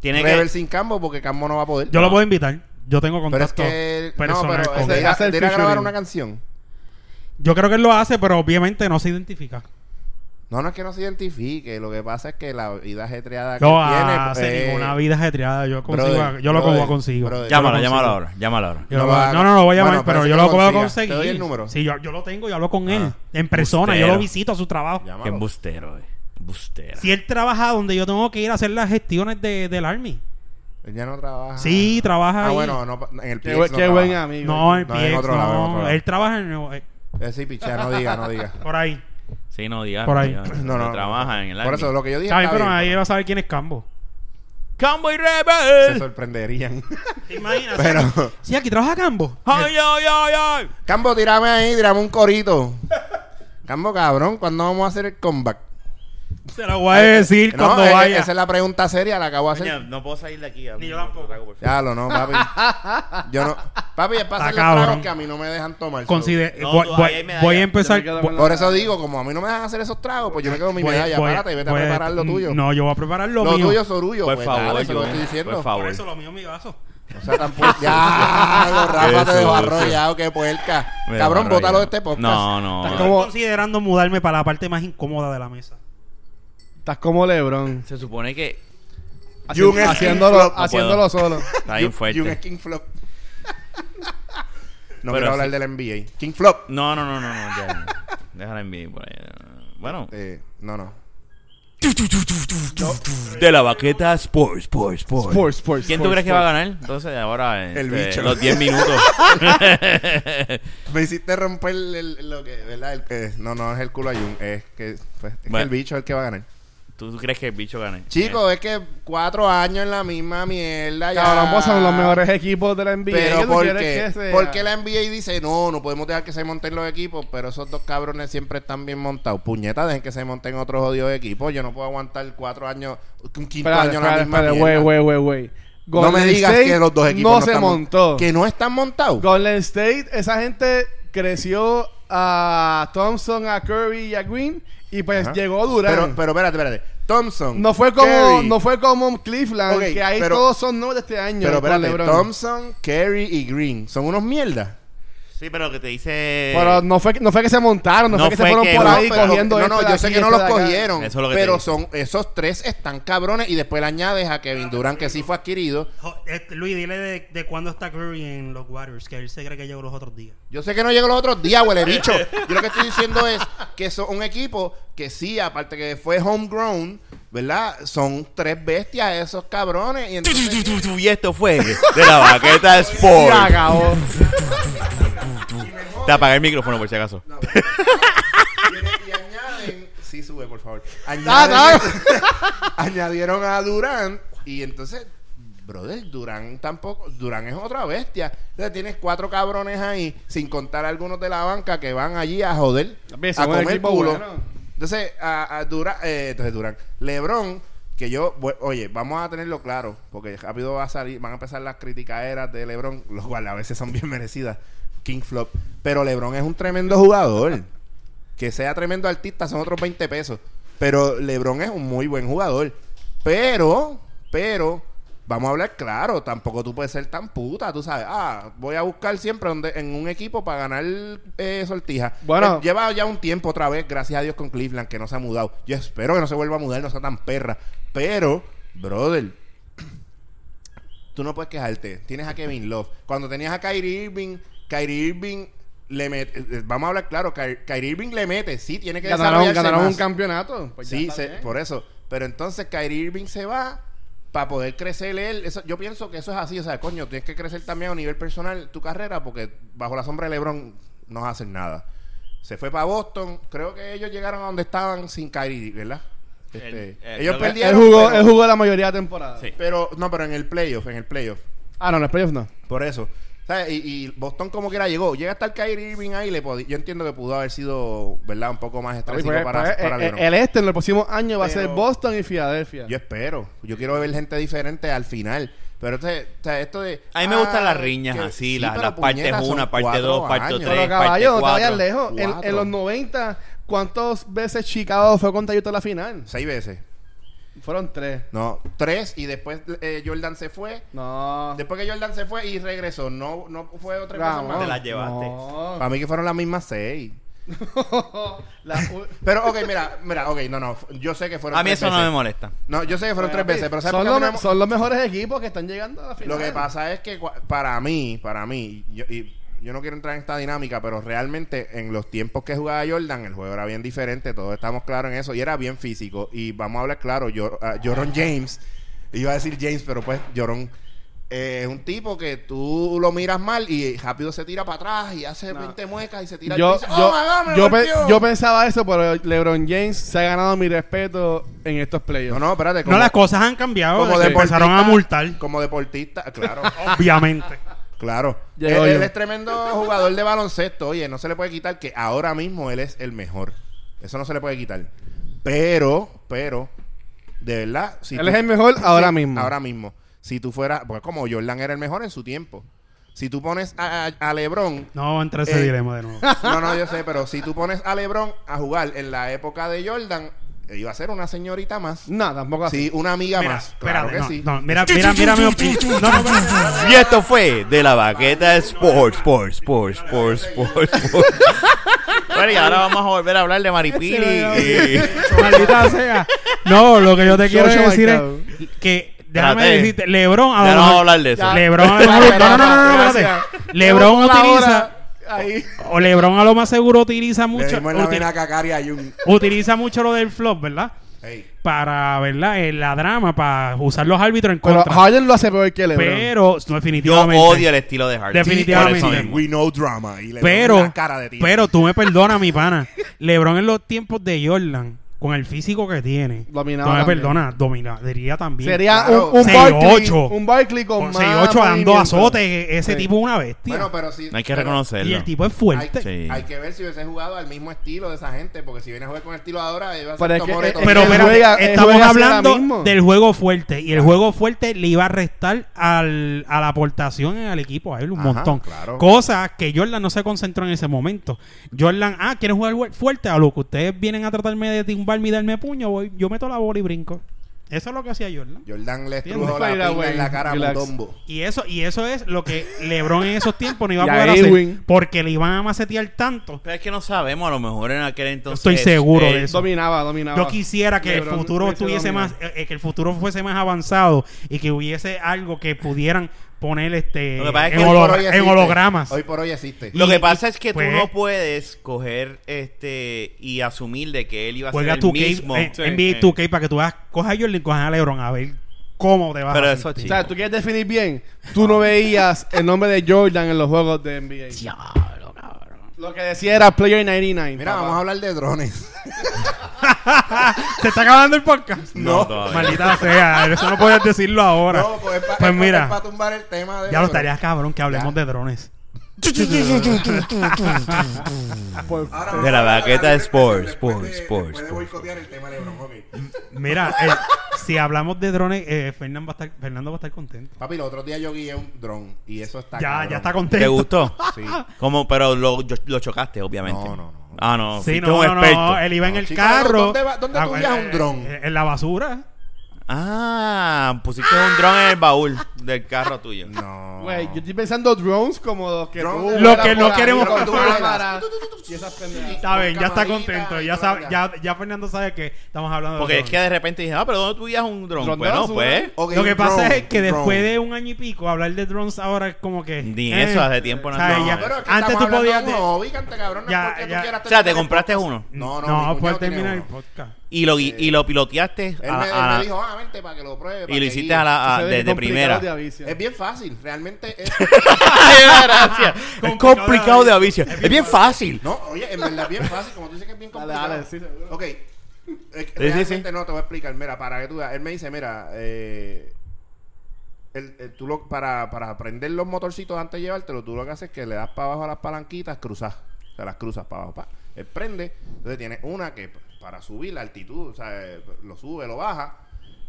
Speaker 3: Tiene que.
Speaker 2: Rebel sin Cambo porque Cambo no va a poder.
Speaker 1: Yo lo puedo invitar. Yo tengo
Speaker 2: Pero
Speaker 1: contacto
Speaker 2: es que. No,
Speaker 1: personal
Speaker 2: pero
Speaker 1: con
Speaker 2: de
Speaker 1: él.
Speaker 2: ir a-
Speaker 4: Hacer
Speaker 2: de ir a grabar
Speaker 4: featuring.
Speaker 2: una canción.
Speaker 1: Yo creo que él lo hace, pero obviamente no se identifica.
Speaker 2: No, no es que no se identifique. Lo que pasa es que la vida ajetreada que
Speaker 1: No ah,
Speaker 2: tiene.
Speaker 1: hace
Speaker 2: pues,
Speaker 1: ninguna vida ajetreada. Yo, consigo,
Speaker 2: brother,
Speaker 1: yo lo
Speaker 2: brother,
Speaker 1: cojo consigo.
Speaker 2: brother.
Speaker 3: Llámalo,
Speaker 1: Yo lo
Speaker 3: llámalo
Speaker 1: consigo.
Speaker 3: ahora. Llámalo ahora.
Speaker 1: Yo
Speaker 2: No
Speaker 1: lo-
Speaker 2: lo haga.
Speaker 1: no, no, no voy a llamar,
Speaker 2: Bueno,
Speaker 1: pero
Speaker 2: parece
Speaker 1: yo
Speaker 2: que
Speaker 1: lo puedo
Speaker 2: consiga.
Speaker 1: conseguir.
Speaker 2: Te doy el número. Ah,
Speaker 1: Sí, yo, yo lo tengo, yo hablo con él en
Speaker 3: Bustero.
Speaker 1: persona, yo lo visito a su trabajo.
Speaker 2: Llámalo.
Speaker 3: Qué embustero, eh. Embustero.
Speaker 1: Si él trabaja donde yo tengo que ir a hacer las gestiones de- del Army.
Speaker 2: Él ya no trabaja.
Speaker 1: Sí, trabaja
Speaker 2: Ah,
Speaker 1: ahí.
Speaker 2: bueno, no, pa- en el
Speaker 4: Qué,
Speaker 2: PX
Speaker 4: buen-
Speaker 2: no
Speaker 4: qué buen
Speaker 2: trabaja.
Speaker 4: amigo.
Speaker 1: No, el
Speaker 2: No, eh. en
Speaker 1: PX,
Speaker 2: otro lado, en
Speaker 1: no.
Speaker 2: otro lado.
Speaker 1: Él trabaja en el- eh,
Speaker 2: Eh, sí, pichá, no diga, no diga.
Speaker 1: por ahí.
Speaker 3: Sí, no digas.
Speaker 1: Por ahí.
Speaker 2: No, no.
Speaker 3: Trabaja en el
Speaker 2: Por
Speaker 3: Army.
Speaker 2: eso, lo que yo dije.
Speaker 1: Está bien,
Speaker 2: está
Speaker 1: pero
Speaker 2: bien,
Speaker 1: nadie va a saber quién es Cambo.
Speaker 3: Cambo y
Speaker 2: pues, Se
Speaker 3: Rebel.
Speaker 2: sorprenderían.
Speaker 1: ¿Te imaginas?
Speaker 2: Pero-
Speaker 1: Pues, Sí, aquí trabaja Cambo.
Speaker 3: Ay, ay, ay, ay.
Speaker 2: Cambo, tirame ahí, tirame un corito. Cambo, cabrón, ¿cuándo vamos a hacer el comeback?
Speaker 1: Eh, Se lo voy a decir
Speaker 2: No,
Speaker 1: cuando
Speaker 2: eh,
Speaker 1: vaya.
Speaker 2: Esa es la pregunta seria, la acabo de hacer.
Speaker 3: Coño, no puedo salir de aquí.
Speaker 1: Ni yo tampoco.
Speaker 2: Ya lo no, papi. Yo no. Papi, es para
Speaker 1: Está
Speaker 2: hacer los tragos
Speaker 1: cabrón.
Speaker 2: que a mí no me dejan tomar. so.
Speaker 1: Consider-
Speaker 3: No,
Speaker 1: voy,
Speaker 3: tú,
Speaker 1: voy-
Speaker 3: ahí hay medalla.
Speaker 1: voy a
Speaker 4: Yo
Speaker 1: empezar.
Speaker 4: me quedo
Speaker 1: voy-
Speaker 4: con la-
Speaker 2: Por eso digo, como a mí no me dejan hacer esos tragos, pues yo me quedo con mi medalla.
Speaker 1: voy-
Speaker 2: Párate y vete
Speaker 1: voy-
Speaker 2: a preparar lo tuyo.
Speaker 1: pues, mm, No, yo voy a preparar lo,
Speaker 2: lo
Speaker 1: mío.
Speaker 2: tuyo es orullo.
Speaker 3: Por
Speaker 2: pues,
Speaker 3: favor,
Speaker 2: dale, eso
Speaker 3: yo-
Speaker 2: lo estoy diciendo.
Speaker 3: por favor.
Speaker 1: Por eso lo mío es mi vaso.
Speaker 2: O sea, tampoco. ya, lo Rafa te
Speaker 3: Eso, eso.
Speaker 2: dejó arrollado, qué puerca.
Speaker 3: Me
Speaker 2: Cabrón,
Speaker 3: desarrollado.
Speaker 2: bótalo de este podcast.
Speaker 3: No, no.
Speaker 4: Estás
Speaker 3: no.
Speaker 4: como-
Speaker 1: Estoy considerando mudarme para la parte más incómoda de la mesa.
Speaker 4: Estás como Lebron.
Speaker 3: Se supone que
Speaker 4: Haciendo-
Speaker 2: un skin
Speaker 4: haciéndolo,
Speaker 2: flop,
Speaker 3: no
Speaker 4: haciéndolo
Speaker 3: puedo.
Speaker 4: solo.
Speaker 3: está bien
Speaker 2: Y un
Speaker 3: fuerte.
Speaker 2: skin flop. No
Speaker 3: Pero
Speaker 2: quiero hablar
Speaker 3: sí.
Speaker 2: del NBA. King flop.
Speaker 3: No, no, no, no, no. Ya. Déjala en mí por ahí. Bueno.
Speaker 2: Eh, no, no.
Speaker 3: De la baqueta Sports, Sports, Sports.
Speaker 4: Sports, sports.
Speaker 3: ¿Quién tú crees que va a ganar? Entonces, ahora.
Speaker 2: El
Speaker 3: este,
Speaker 2: bicho.
Speaker 3: Los 10 minutos.
Speaker 2: Me hiciste romper el, el- lo que, ¿verdad? El que, no, no es el culo a Jun, es que pues, es que
Speaker 3: Bueno.
Speaker 2: el bicho es el que va a ganar.
Speaker 3: ¿Tú, tú crees que el bicho gane?
Speaker 2: Chicos, es que cuatro años en la misma mierda. Ya.
Speaker 4: Cabrón, pues son los mejores equipos de la NBA. ¿Qué
Speaker 2: Pero
Speaker 4: tú
Speaker 2: ¿por
Speaker 4: quieres
Speaker 2: qué?
Speaker 4: que sea?
Speaker 2: ¿Por qué la NBA dice no, no podemos dejar que se monten los equipos? Pero esos dos cabrones siempre están bien montados. Puñetas, dejen que se monten otros odios equipos. Yo no puedo aguantar cuatro años, un quinto
Speaker 4: Espera,
Speaker 2: año en la
Speaker 4: espera,
Speaker 2: misma
Speaker 4: espera,
Speaker 2: mierda.
Speaker 4: güey, güey, güey, güey.
Speaker 2: no me
Speaker 4: Golden
Speaker 2: digas
Speaker 4: State
Speaker 2: que los dos equipos
Speaker 4: no,
Speaker 2: no
Speaker 4: se
Speaker 2: están mon-
Speaker 4: montó.
Speaker 2: Que no están montados.
Speaker 4: Golden State, esa gente creció a Thompson, a Curry y a Green y pues
Speaker 2: Ajá.
Speaker 4: llegó
Speaker 2: Pero,
Speaker 4: Durant.
Speaker 2: pero espérate, espérate. Thompson.
Speaker 4: no fue como
Speaker 2: Curry.
Speaker 4: no fue como Cleveland,
Speaker 2: Ok,
Speaker 4: que ahí
Speaker 2: pero-
Speaker 4: todos son nuevos de este año.
Speaker 2: Pero
Speaker 4: con
Speaker 2: espérate,
Speaker 4: LeBron.
Speaker 2: Thompson, Kerry y Green son unos mierdas.
Speaker 3: Eh, Sí, pero lo que te
Speaker 2: Eh,
Speaker 3: dice.
Speaker 4: Pero no fue, que- no fue que se montaron, no,
Speaker 3: No
Speaker 4: fue que se
Speaker 3: fue
Speaker 4: fueron
Speaker 3: que-
Speaker 4: por
Speaker 3: No,
Speaker 4: ahí
Speaker 2: pero-
Speaker 4: cogiendo
Speaker 2: no,
Speaker 4: esto
Speaker 2: no,
Speaker 4: de
Speaker 2: yo
Speaker 4: aquí,
Speaker 2: sé que
Speaker 4: esto
Speaker 2: no los
Speaker 4: de acá.
Speaker 2: cogieron,
Speaker 3: Eso es lo que te
Speaker 2: pero
Speaker 3: digo.
Speaker 2: son esos tres están cabrones y después le añades a Kevin Durant que sí fue adquirido.
Speaker 1: Jo- este, Luis, dile de, de cuándo está Curry en los Warriors, que él se cree que llegó los otros días.
Speaker 2: Yo sé que no llegó los otros días, huele bicho. Yo lo que estoy diciendo es que son un equipo que sí, aparte que fue homegrown, ¿verdad? Son tres bestias esos cabrones y
Speaker 3: Tu,
Speaker 2: entonces-
Speaker 3: tu, tu, tu, tu, Y esto fue de la baqueta
Speaker 4: Se
Speaker 3: Sports.
Speaker 4: acabó.
Speaker 3: Te apagué el micrófono por si acaso.
Speaker 2: Y añaden. Sí, sube, por favor. Añaden-
Speaker 4: Ah,
Speaker 2: añadieron a Durán. Y entonces, brother, Durán tampoco. Durán es otra bestia. Entonces tienes cuatro cabrones ahí, sin contar algunos de la banca que van allí a joder,
Speaker 4: Ese
Speaker 2: a
Speaker 4: buen
Speaker 2: comer
Speaker 4: equipo
Speaker 2: culo.
Speaker 4: bueno.
Speaker 2: Entonces, a, a Durán, entonces Durán, eh, Lebron Que yo, bu- oye, vamos a tenerlo claro, porque rápido va a salir, van a empezar las criticaderas de LeBron, lo cual a veces son bien merecidas. King Flop. Pero LeBron es un tremendo jugador. Que sea tremendo artista son otros 20 pesos. Pero LeBron es un muy buen jugador. Pero, pero, vamos a hablar claro. Tampoco tú puedes ser tan puta, tú sabes. Ah, voy a buscar siempre donde, en un equipo para ganar eh, sortija.
Speaker 4: Bueno.
Speaker 2: Él lleva ya un tiempo otra vez, gracias a Dios, con Cleveland, que no se ha mudado. Yo espero que no se vuelva a mudar, no sea tan perra. Pero, brother, tú no puedes quejarte. Tienes a Kevin Love. Cuando tenías a Kyrie Irving, Kyrie Irving le mete. eh, eh, Vamos a hablar claro, Ky- Kyrie Irving le mete. Sí, tiene que
Speaker 4: Ganaron,
Speaker 2: desarrollarse
Speaker 4: ganaron
Speaker 2: más.
Speaker 4: un campeonato. Pues ya
Speaker 2: Sí,
Speaker 4: está
Speaker 2: se-
Speaker 4: bien.
Speaker 2: por eso. Pero entonces Kyrie Irving se va para poder crecer él. Eso, yo pienso que eso es así. O sea, coño, tienes que crecer también a nivel personal tu carrera porque bajo la sombra de LeBron no hacen nada. Se fue para Boston. Creo que ellos llegaron a donde estaban sin Kyrie, ¿verdad? Este,
Speaker 3: El- el-
Speaker 2: ellos
Speaker 3: el-
Speaker 2: perdieron.
Speaker 4: Él jugó,
Speaker 2: pero-
Speaker 4: él jugó la mayoría de la temporada.
Speaker 3: Sí.
Speaker 2: pero no, pero en el playoff, en el playoff.
Speaker 4: Ah, no, en los playoffs no.
Speaker 2: Por eso. ¿Sabes? Y, y Boston como quiera llegó. Llega hasta el Kyrie Irving ahí. Le pod- yo entiendo que pudo haber sido, ¿verdad? Un poco más
Speaker 4: Pues,
Speaker 2: estrésico
Speaker 4: pues,
Speaker 2: para,
Speaker 4: pues,
Speaker 2: para
Speaker 4: eh,
Speaker 2: LeBron.
Speaker 4: el este en los próximos años va a ser
Speaker 2: Pero-
Speaker 4: Boston y Filadelfia.
Speaker 2: Yo espero. Yo quiero ver gente diferente al final. Pero este- o sea, esto de... "Ah,
Speaker 3: A mí me gustan las riñas así, las- las partes una, parte dos, parte tres.
Speaker 4: Pero
Speaker 3: parte
Speaker 4: caballo, no te vayas
Speaker 3: cuatro.
Speaker 4: lejos. En,
Speaker 2: Cuatro.
Speaker 4: en los 90, ¿cuántas veces Chicago fue contra Utah en la final?
Speaker 2: Seis veces.
Speaker 4: Fueron tres.
Speaker 2: No, tres. Y después eh, Jordan se fue.
Speaker 4: No.
Speaker 2: Después que Jordan se fue y regresó. No, no fue otra cosa
Speaker 4: Ramón,
Speaker 2: más.
Speaker 3: Te la llevaste.
Speaker 4: no.
Speaker 2: Para mí que fueron las mismas seis.
Speaker 4: La u-
Speaker 2: Pero, ok, mira, mira, ok, no, no. Yo sé que fueron
Speaker 3: A mí
Speaker 2: tres
Speaker 3: eso no me
Speaker 2: veces.
Speaker 3: molesta.
Speaker 2: No, yo sé que fueron tres
Speaker 4: Papi,
Speaker 2: veces, pero ¿sabes
Speaker 4: son,
Speaker 2: por qué a
Speaker 4: los,
Speaker 2: mí no
Speaker 4: me-
Speaker 2: me-
Speaker 4: son los mejores equipos que están llegando a la final.
Speaker 2: Lo que pasa es que cua- para mí, para mí, yo, y yo no quiero entrar en esta dinámica, pero realmente en los tiempos que jugaba Jordan, el juego era bien diferente, todos estamos claros en eso, y era bien físico. Y vamos a hablar claro, yo, ah, Jordan James, iba a decir James, pero pues Jordan eh, es un tipo que tú lo miras mal y rápido se tira para atrás y hace
Speaker 4: No.
Speaker 2: 20 muecas y se tira
Speaker 4: yo,
Speaker 2: al
Speaker 4: yo,
Speaker 2: piso. ¡Oh, my God, me
Speaker 4: yo, pe-
Speaker 2: golpeó!
Speaker 4: yo pensaba eso, pero LeBron James se ha ganado mi respeto en estos playoffs.
Speaker 2: No, no, espérate.
Speaker 1: No, las cosas han cambiado.
Speaker 2: como
Speaker 1: desde que
Speaker 2: deportista-
Speaker 1: empezaron a multar,
Speaker 2: Como deportista, claro.
Speaker 1: obviamente.
Speaker 2: Claro.
Speaker 4: Llegó
Speaker 2: él,
Speaker 4: yo.
Speaker 2: él es tremendo jugador de baloncesto. Oye, no se le puede quitar que ahora mismo él es el mejor. Eso no se le puede quitar. Pero, pero, de verdad. Si
Speaker 4: Él
Speaker 2: tú-
Speaker 4: es el mejor ahora
Speaker 2: sí,
Speaker 4: mismo.
Speaker 2: Ahora mismo. Si tú fueras. Porque como Jordan era el mejor en su tiempo. Si tú pones a, a- a LeBron.
Speaker 1: No entra ese
Speaker 2: Eh,
Speaker 1: dilema de nuevo.
Speaker 2: No, no, yo sé, pero si tú pones a LeBron a jugar en la época de Jordan, eh, iba a ser una señorita más.
Speaker 4: No, tampoco así.
Speaker 2: Sí, una amiga
Speaker 1: Mira,
Speaker 2: más. Claro
Speaker 1: espérate,
Speaker 2: que
Speaker 1: no,
Speaker 2: sí.
Speaker 1: no, mira, mira, mira mi opinión. No, no, no.
Speaker 3: Y esto fue de la baqueta Sports, Sports, Sports, Sports, Sports, Sports. Bueno, y ahora vamos a volver a hablar de Eh, Maripili. y-
Speaker 1: Maldita sea. No, lo que yo te quiero
Speaker 4: Chocho
Speaker 1: decir es
Speaker 4: marcado.
Speaker 1: que déjame
Speaker 3: Espérate.
Speaker 1: decirte, LeBron
Speaker 3: Ya no
Speaker 1: a lo
Speaker 3: vamos a
Speaker 1: mejor-
Speaker 3: hablar de eso.
Speaker 1: LeBron a lo mejor- no, no, no, no, no, espérate.
Speaker 4: Gracias.
Speaker 1: LeBron
Speaker 4: Llevamos una
Speaker 1: utiliza
Speaker 4: hora Ahí.
Speaker 1: o LeBron a lo más seguro utiliza
Speaker 5: Le
Speaker 1: mucho
Speaker 5: dimos en la
Speaker 1: uti-
Speaker 5: vena a Kakari a Jun.
Speaker 1: utiliza mucho lo del flop, ¿verdad?
Speaker 2: Ey.
Speaker 1: Para, ¿verdad? Eh, la drama para usar los árbitros en
Speaker 4: Pero
Speaker 1: contra.
Speaker 4: Harden lo hace peor que LeBron.
Speaker 1: Pero no,
Speaker 3: Yo
Speaker 1: definitivamente.
Speaker 3: odio el estilo de Harden.
Speaker 1: Definitivamente.
Speaker 3: Por eso mismo.
Speaker 5: We know drama. Y le
Speaker 1: pero,
Speaker 5: la cara de ti.
Speaker 1: pero tú me perdonas, mi pana. LeBron en los tiempos de Jordan, con el físico que tiene,
Speaker 4: Dominaba
Speaker 1: tú me
Speaker 4: también.
Speaker 1: perdonas, dominaría también.
Speaker 4: Sería
Speaker 2: Claro.
Speaker 4: un, un
Speaker 1: Seis,
Speaker 4: Barkley.
Speaker 1: ocho.
Speaker 4: Un Barkley con,
Speaker 1: con
Speaker 4: más
Speaker 1: 6'8 dando
Speaker 4: movimiento.
Speaker 1: azote, ese
Speaker 4: Sí.
Speaker 1: tipo es una bestia.
Speaker 2: Bueno, pero sí.
Speaker 3: Hay que
Speaker 2: pero-
Speaker 1: y
Speaker 3: reconocerlo.
Speaker 1: el tipo es
Speaker 2: Hay,
Speaker 1: fuerte.
Speaker 3: Sí.
Speaker 2: hay que ver si hubiese jugado al mismo estilo de esa gente, porque si viene a jugar con el estilo de ahora, iba a
Speaker 4: Pero
Speaker 2: ser
Speaker 4: es que-
Speaker 2: Tomoreto.
Speaker 4: es- es
Speaker 1: Pero
Speaker 4: que
Speaker 1: espérate,
Speaker 4: juega- él
Speaker 1: estamos
Speaker 4: juega hacia la
Speaker 1: hablando
Speaker 4: misma.
Speaker 1: del juego fuerte y el juego fuerte le iba a restar al, a la aportación al equipo a él un
Speaker 2: Ajá,
Speaker 1: montón.
Speaker 2: claro.
Speaker 1: Cosa que Jordan no se concentró en ese momento. Jordan, ah, ¿quieren jugar fu- fuerte? A lo que ustedes vienen a tratarme de tumbarme y darme puño, voy, yo meto la bola y brinco. Eso es lo que hacía Jordan.
Speaker 2: Jordan le
Speaker 1: Tiene
Speaker 2: estrujó
Speaker 4: un
Speaker 2: la
Speaker 4: fade
Speaker 2: pinga
Speaker 4: away,
Speaker 2: en la cara a
Speaker 4: relax.
Speaker 2: Mutombo.
Speaker 1: Y eso, y eso es lo que LeBron en esos tiempos no iba a
Speaker 4: Y a
Speaker 1: poder hacer
Speaker 4: Irwin.
Speaker 1: porque le iban a macetear tanto.
Speaker 3: Pero es que no sabemos, a lo mejor en aquel entonces. eh,
Speaker 1: Estoy seguro de eso.
Speaker 4: Dominaba, dominaba.
Speaker 1: Yo quisiera que el
Speaker 4: LeBron
Speaker 1: futuro
Speaker 4: hubiese
Speaker 1: tuviese
Speaker 4: dominado.
Speaker 1: más, eh, eh, que el futuro fuese más avanzado y que hubiese algo que pudieran poner este
Speaker 3: Lo que pasa es
Speaker 1: en,
Speaker 3: que
Speaker 2: Hoy
Speaker 1: hologra-
Speaker 2: por hoy
Speaker 1: en
Speaker 2: existe.
Speaker 1: hologramas.
Speaker 2: Hoy por hoy existe.
Speaker 3: Lo
Speaker 1: Y-
Speaker 3: que pasa es que
Speaker 1: pues-
Speaker 3: tú no puedes coger este y asumir de que él iba a ser
Speaker 1: Juega
Speaker 3: el
Speaker 1: tu
Speaker 3: mismo.
Speaker 1: k eh,
Speaker 3: Sí. eh.
Speaker 1: NBA 2K para que tú veas, coja a Jordan, coja a LeBron a ver cómo te vas.
Speaker 3: Pero
Speaker 1: a
Speaker 3: eso,
Speaker 1: sentir.
Speaker 4: O sea, tú quieres definir bien. Tú no veías el nombre de Jordan en los juegos de NBA. Lo que decía era Player 99.
Speaker 2: Mira,
Speaker 4: papá.
Speaker 2: vamos a hablar de drones.
Speaker 1: ¿Se está acabando el podcast?
Speaker 3: No, todavía.
Speaker 1: Maldita sea, eso no puedes decirlo ahora.
Speaker 2: No, pues, es pa-
Speaker 1: Pues
Speaker 2: es pa-
Speaker 1: mira.
Speaker 2: es pa tumbar el tema de
Speaker 1: ya lo
Speaker 2: los drones.
Speaker 1: estaría cabrón que hablemos de drones.
Speaker 3: De
Speaker 2: Ahora
Speaker 3: la
Speaker 2: vamos a hablar
Speaker 3: baqueta
Speaker 2: de-
Speaker 3: Sports,
Speaker 2: después de-
Speaker 3: Sports,
Speaker 2: después de
Speaker 3: Sports.
Speaker 2: boicotear el tema de LeBron, ok.
Speaker 1: Mira, eh, si hablamos de drones, eh, Fernan va a estar- Fernando va a estar contento.
Speaker 2: Papi, los otros días yo guié un dron y eso está.
Speaker 1: ya,
Speaker 2: cabrón.
Speaker 1: ya está
Speaker 3: ¿Te
Speaker 1: contento.
Speaker 3: gustó?
Speaker 2: Sí.
Speaker 3: ¿Cómo? Pero lo, yo- lo chocaste, obviamente.
Speaker 2: No, no, no.
Speaker 3: Ah, no.
Speaker 1: Sí,
Speaker 3: fuiste
Speaker 1: no,
Speaker 3: un
Speaker 1: no,
Speaker 3: experto.
Speaker 1: no, él iba en
Speaker 2: No,
Speaker 1: el
Speaker 2: chica,
Speaker 1: carro.
Speaker 2: ¿dónde va- dónde tú
Speaker 1: Ah,
Speaker 2: guías un
Speaker 1: eh,
Speaker 2: dron?
Speaker 1: eh, En la basura.
Speaker 3: Ah, pusiste un dron en el baúl del carro tuyo.
Speaker 2: No.
Speaker 4: Güey, yo estoy pensando drones como los que
Speaker 2: Drones
Speaker 4: tú
Speaker 2: de-
Speaker 4: vuelas
Speaker 1: Lo que
Speaker 4: por
Speaker 1: no
Speaker 4: ahí
Speaker 1: queremos
Speaker 4: con
Speaker 2: comprar.
Speaker 4: cámaras y esas pendejadas.
Speaker 1: Está bien, ya está
Speaker 2: camarita
Speaker 1: contento.
Speaker 2: y
Speaker 1: Ya,
Speaker 2: toda la
Speaker 1: sabe- ya, ya Fernando sabe que estamos hablando
Speaker 3: Porque
Speaker 1: de
Speaker 3: es que de repente dije, ah, pero ¿dónde tú guías un dron?
Speaker 4: Dron de
Speaker 3: Bueno,
Speaker 4: basura.
Speaker 3: pues.
Speaker 2: Ok,
Speaker 1: Lo que
Speaker 2: un
Speaker 1: pasa
Speaker 2: drone,
Speaker 1: es que
Speaker 2: un
Speaker 1: después
Speaker 2: drone.
Speaker 1: de un año y pico, hablar de drones ahora es como que.
Speaker 3: Ni
Speaker 1: eh,
Speaker 3: eso, hace tiempo no
Speaker 1: o sea,
Speaker 3: andaba
Speaker 1: ya-
Speaker 3: en eso.
Speaker 2: Ah, Pero es que
Speaker 1: antes
Speaker 2: estamos
Speaker 1: tú podías.
Speaker 2: hablando de
Speaker 1: de-
Speaker 2: un hobby, cante, cabrón. No
Speaker 1: Ya,
Speaker 2: es porque
Speaker 1: ya.
Speaker 2: tú quieras
Speaker 3: O sea, te
Speaker 2: terminar el
Speaker 3: compraste
Speaker 2: podcast.
Speaker 3: uno.
Speaker 2: No, no.
Speaker 1: no,
Speaker 2: mi
Speaker 1: puedes
Speaker 2: cuñado tiene
Speaker 1: terminar el
Speaker 2: uno.
Speaker 1: podcast.
Speaker 3: Y lo, gui- y lo piloteaste
Speaker 2: Él
Speaker 3: a,
Speaker 2: me,
Speaker 3: a
Speaker 2: él
Speaker 3: la-
Speaker 2: me dijo, ah, vente para que lo pruebe. para
Speaker 3: y
Speaker 2: que
Speaker 3: lo hiciste
Speaker 2: guíe".
Speaker 3: a la, a-
Speaker 4: Se ve
Speaker 3: de, de
Speaker 4: complicado
Speaker 3: Ah, primera.
Speaker 4: de avicio.
Speaker 2: Es bien fácil, realmente es.
Speaker 3: Ay, gracias. Es
Speaker 1: Complicado de
Speaker 3: complicado de
Speaker 1: avicio.
Speaker 3: avicio. Es bien fácil.
Speaker 2: No, oye, en verdad es bien fácil, como tú dices que es bien
Speaker 4: Dale,
Speaker 2: complicado.
Speaker 4: dale, sí, seguro.
Speaker 2: Ok. Eh, realmente
Speaker 3: sí, sí.
Speaker 2: no te voy a explicar. Mira, para que tú veas, él me dice, mira, eh, el- el- tú lo, para, para aprender los motorcitos antes de llevártelo, tú lo que haces es que le das para abajo a las palanquitas, cruzas. O sea, las cruzas para abajo. Pa. Él prende. Entonces tienes una que p- para subir la altitud, o sea, eh, lo sube, lo baja.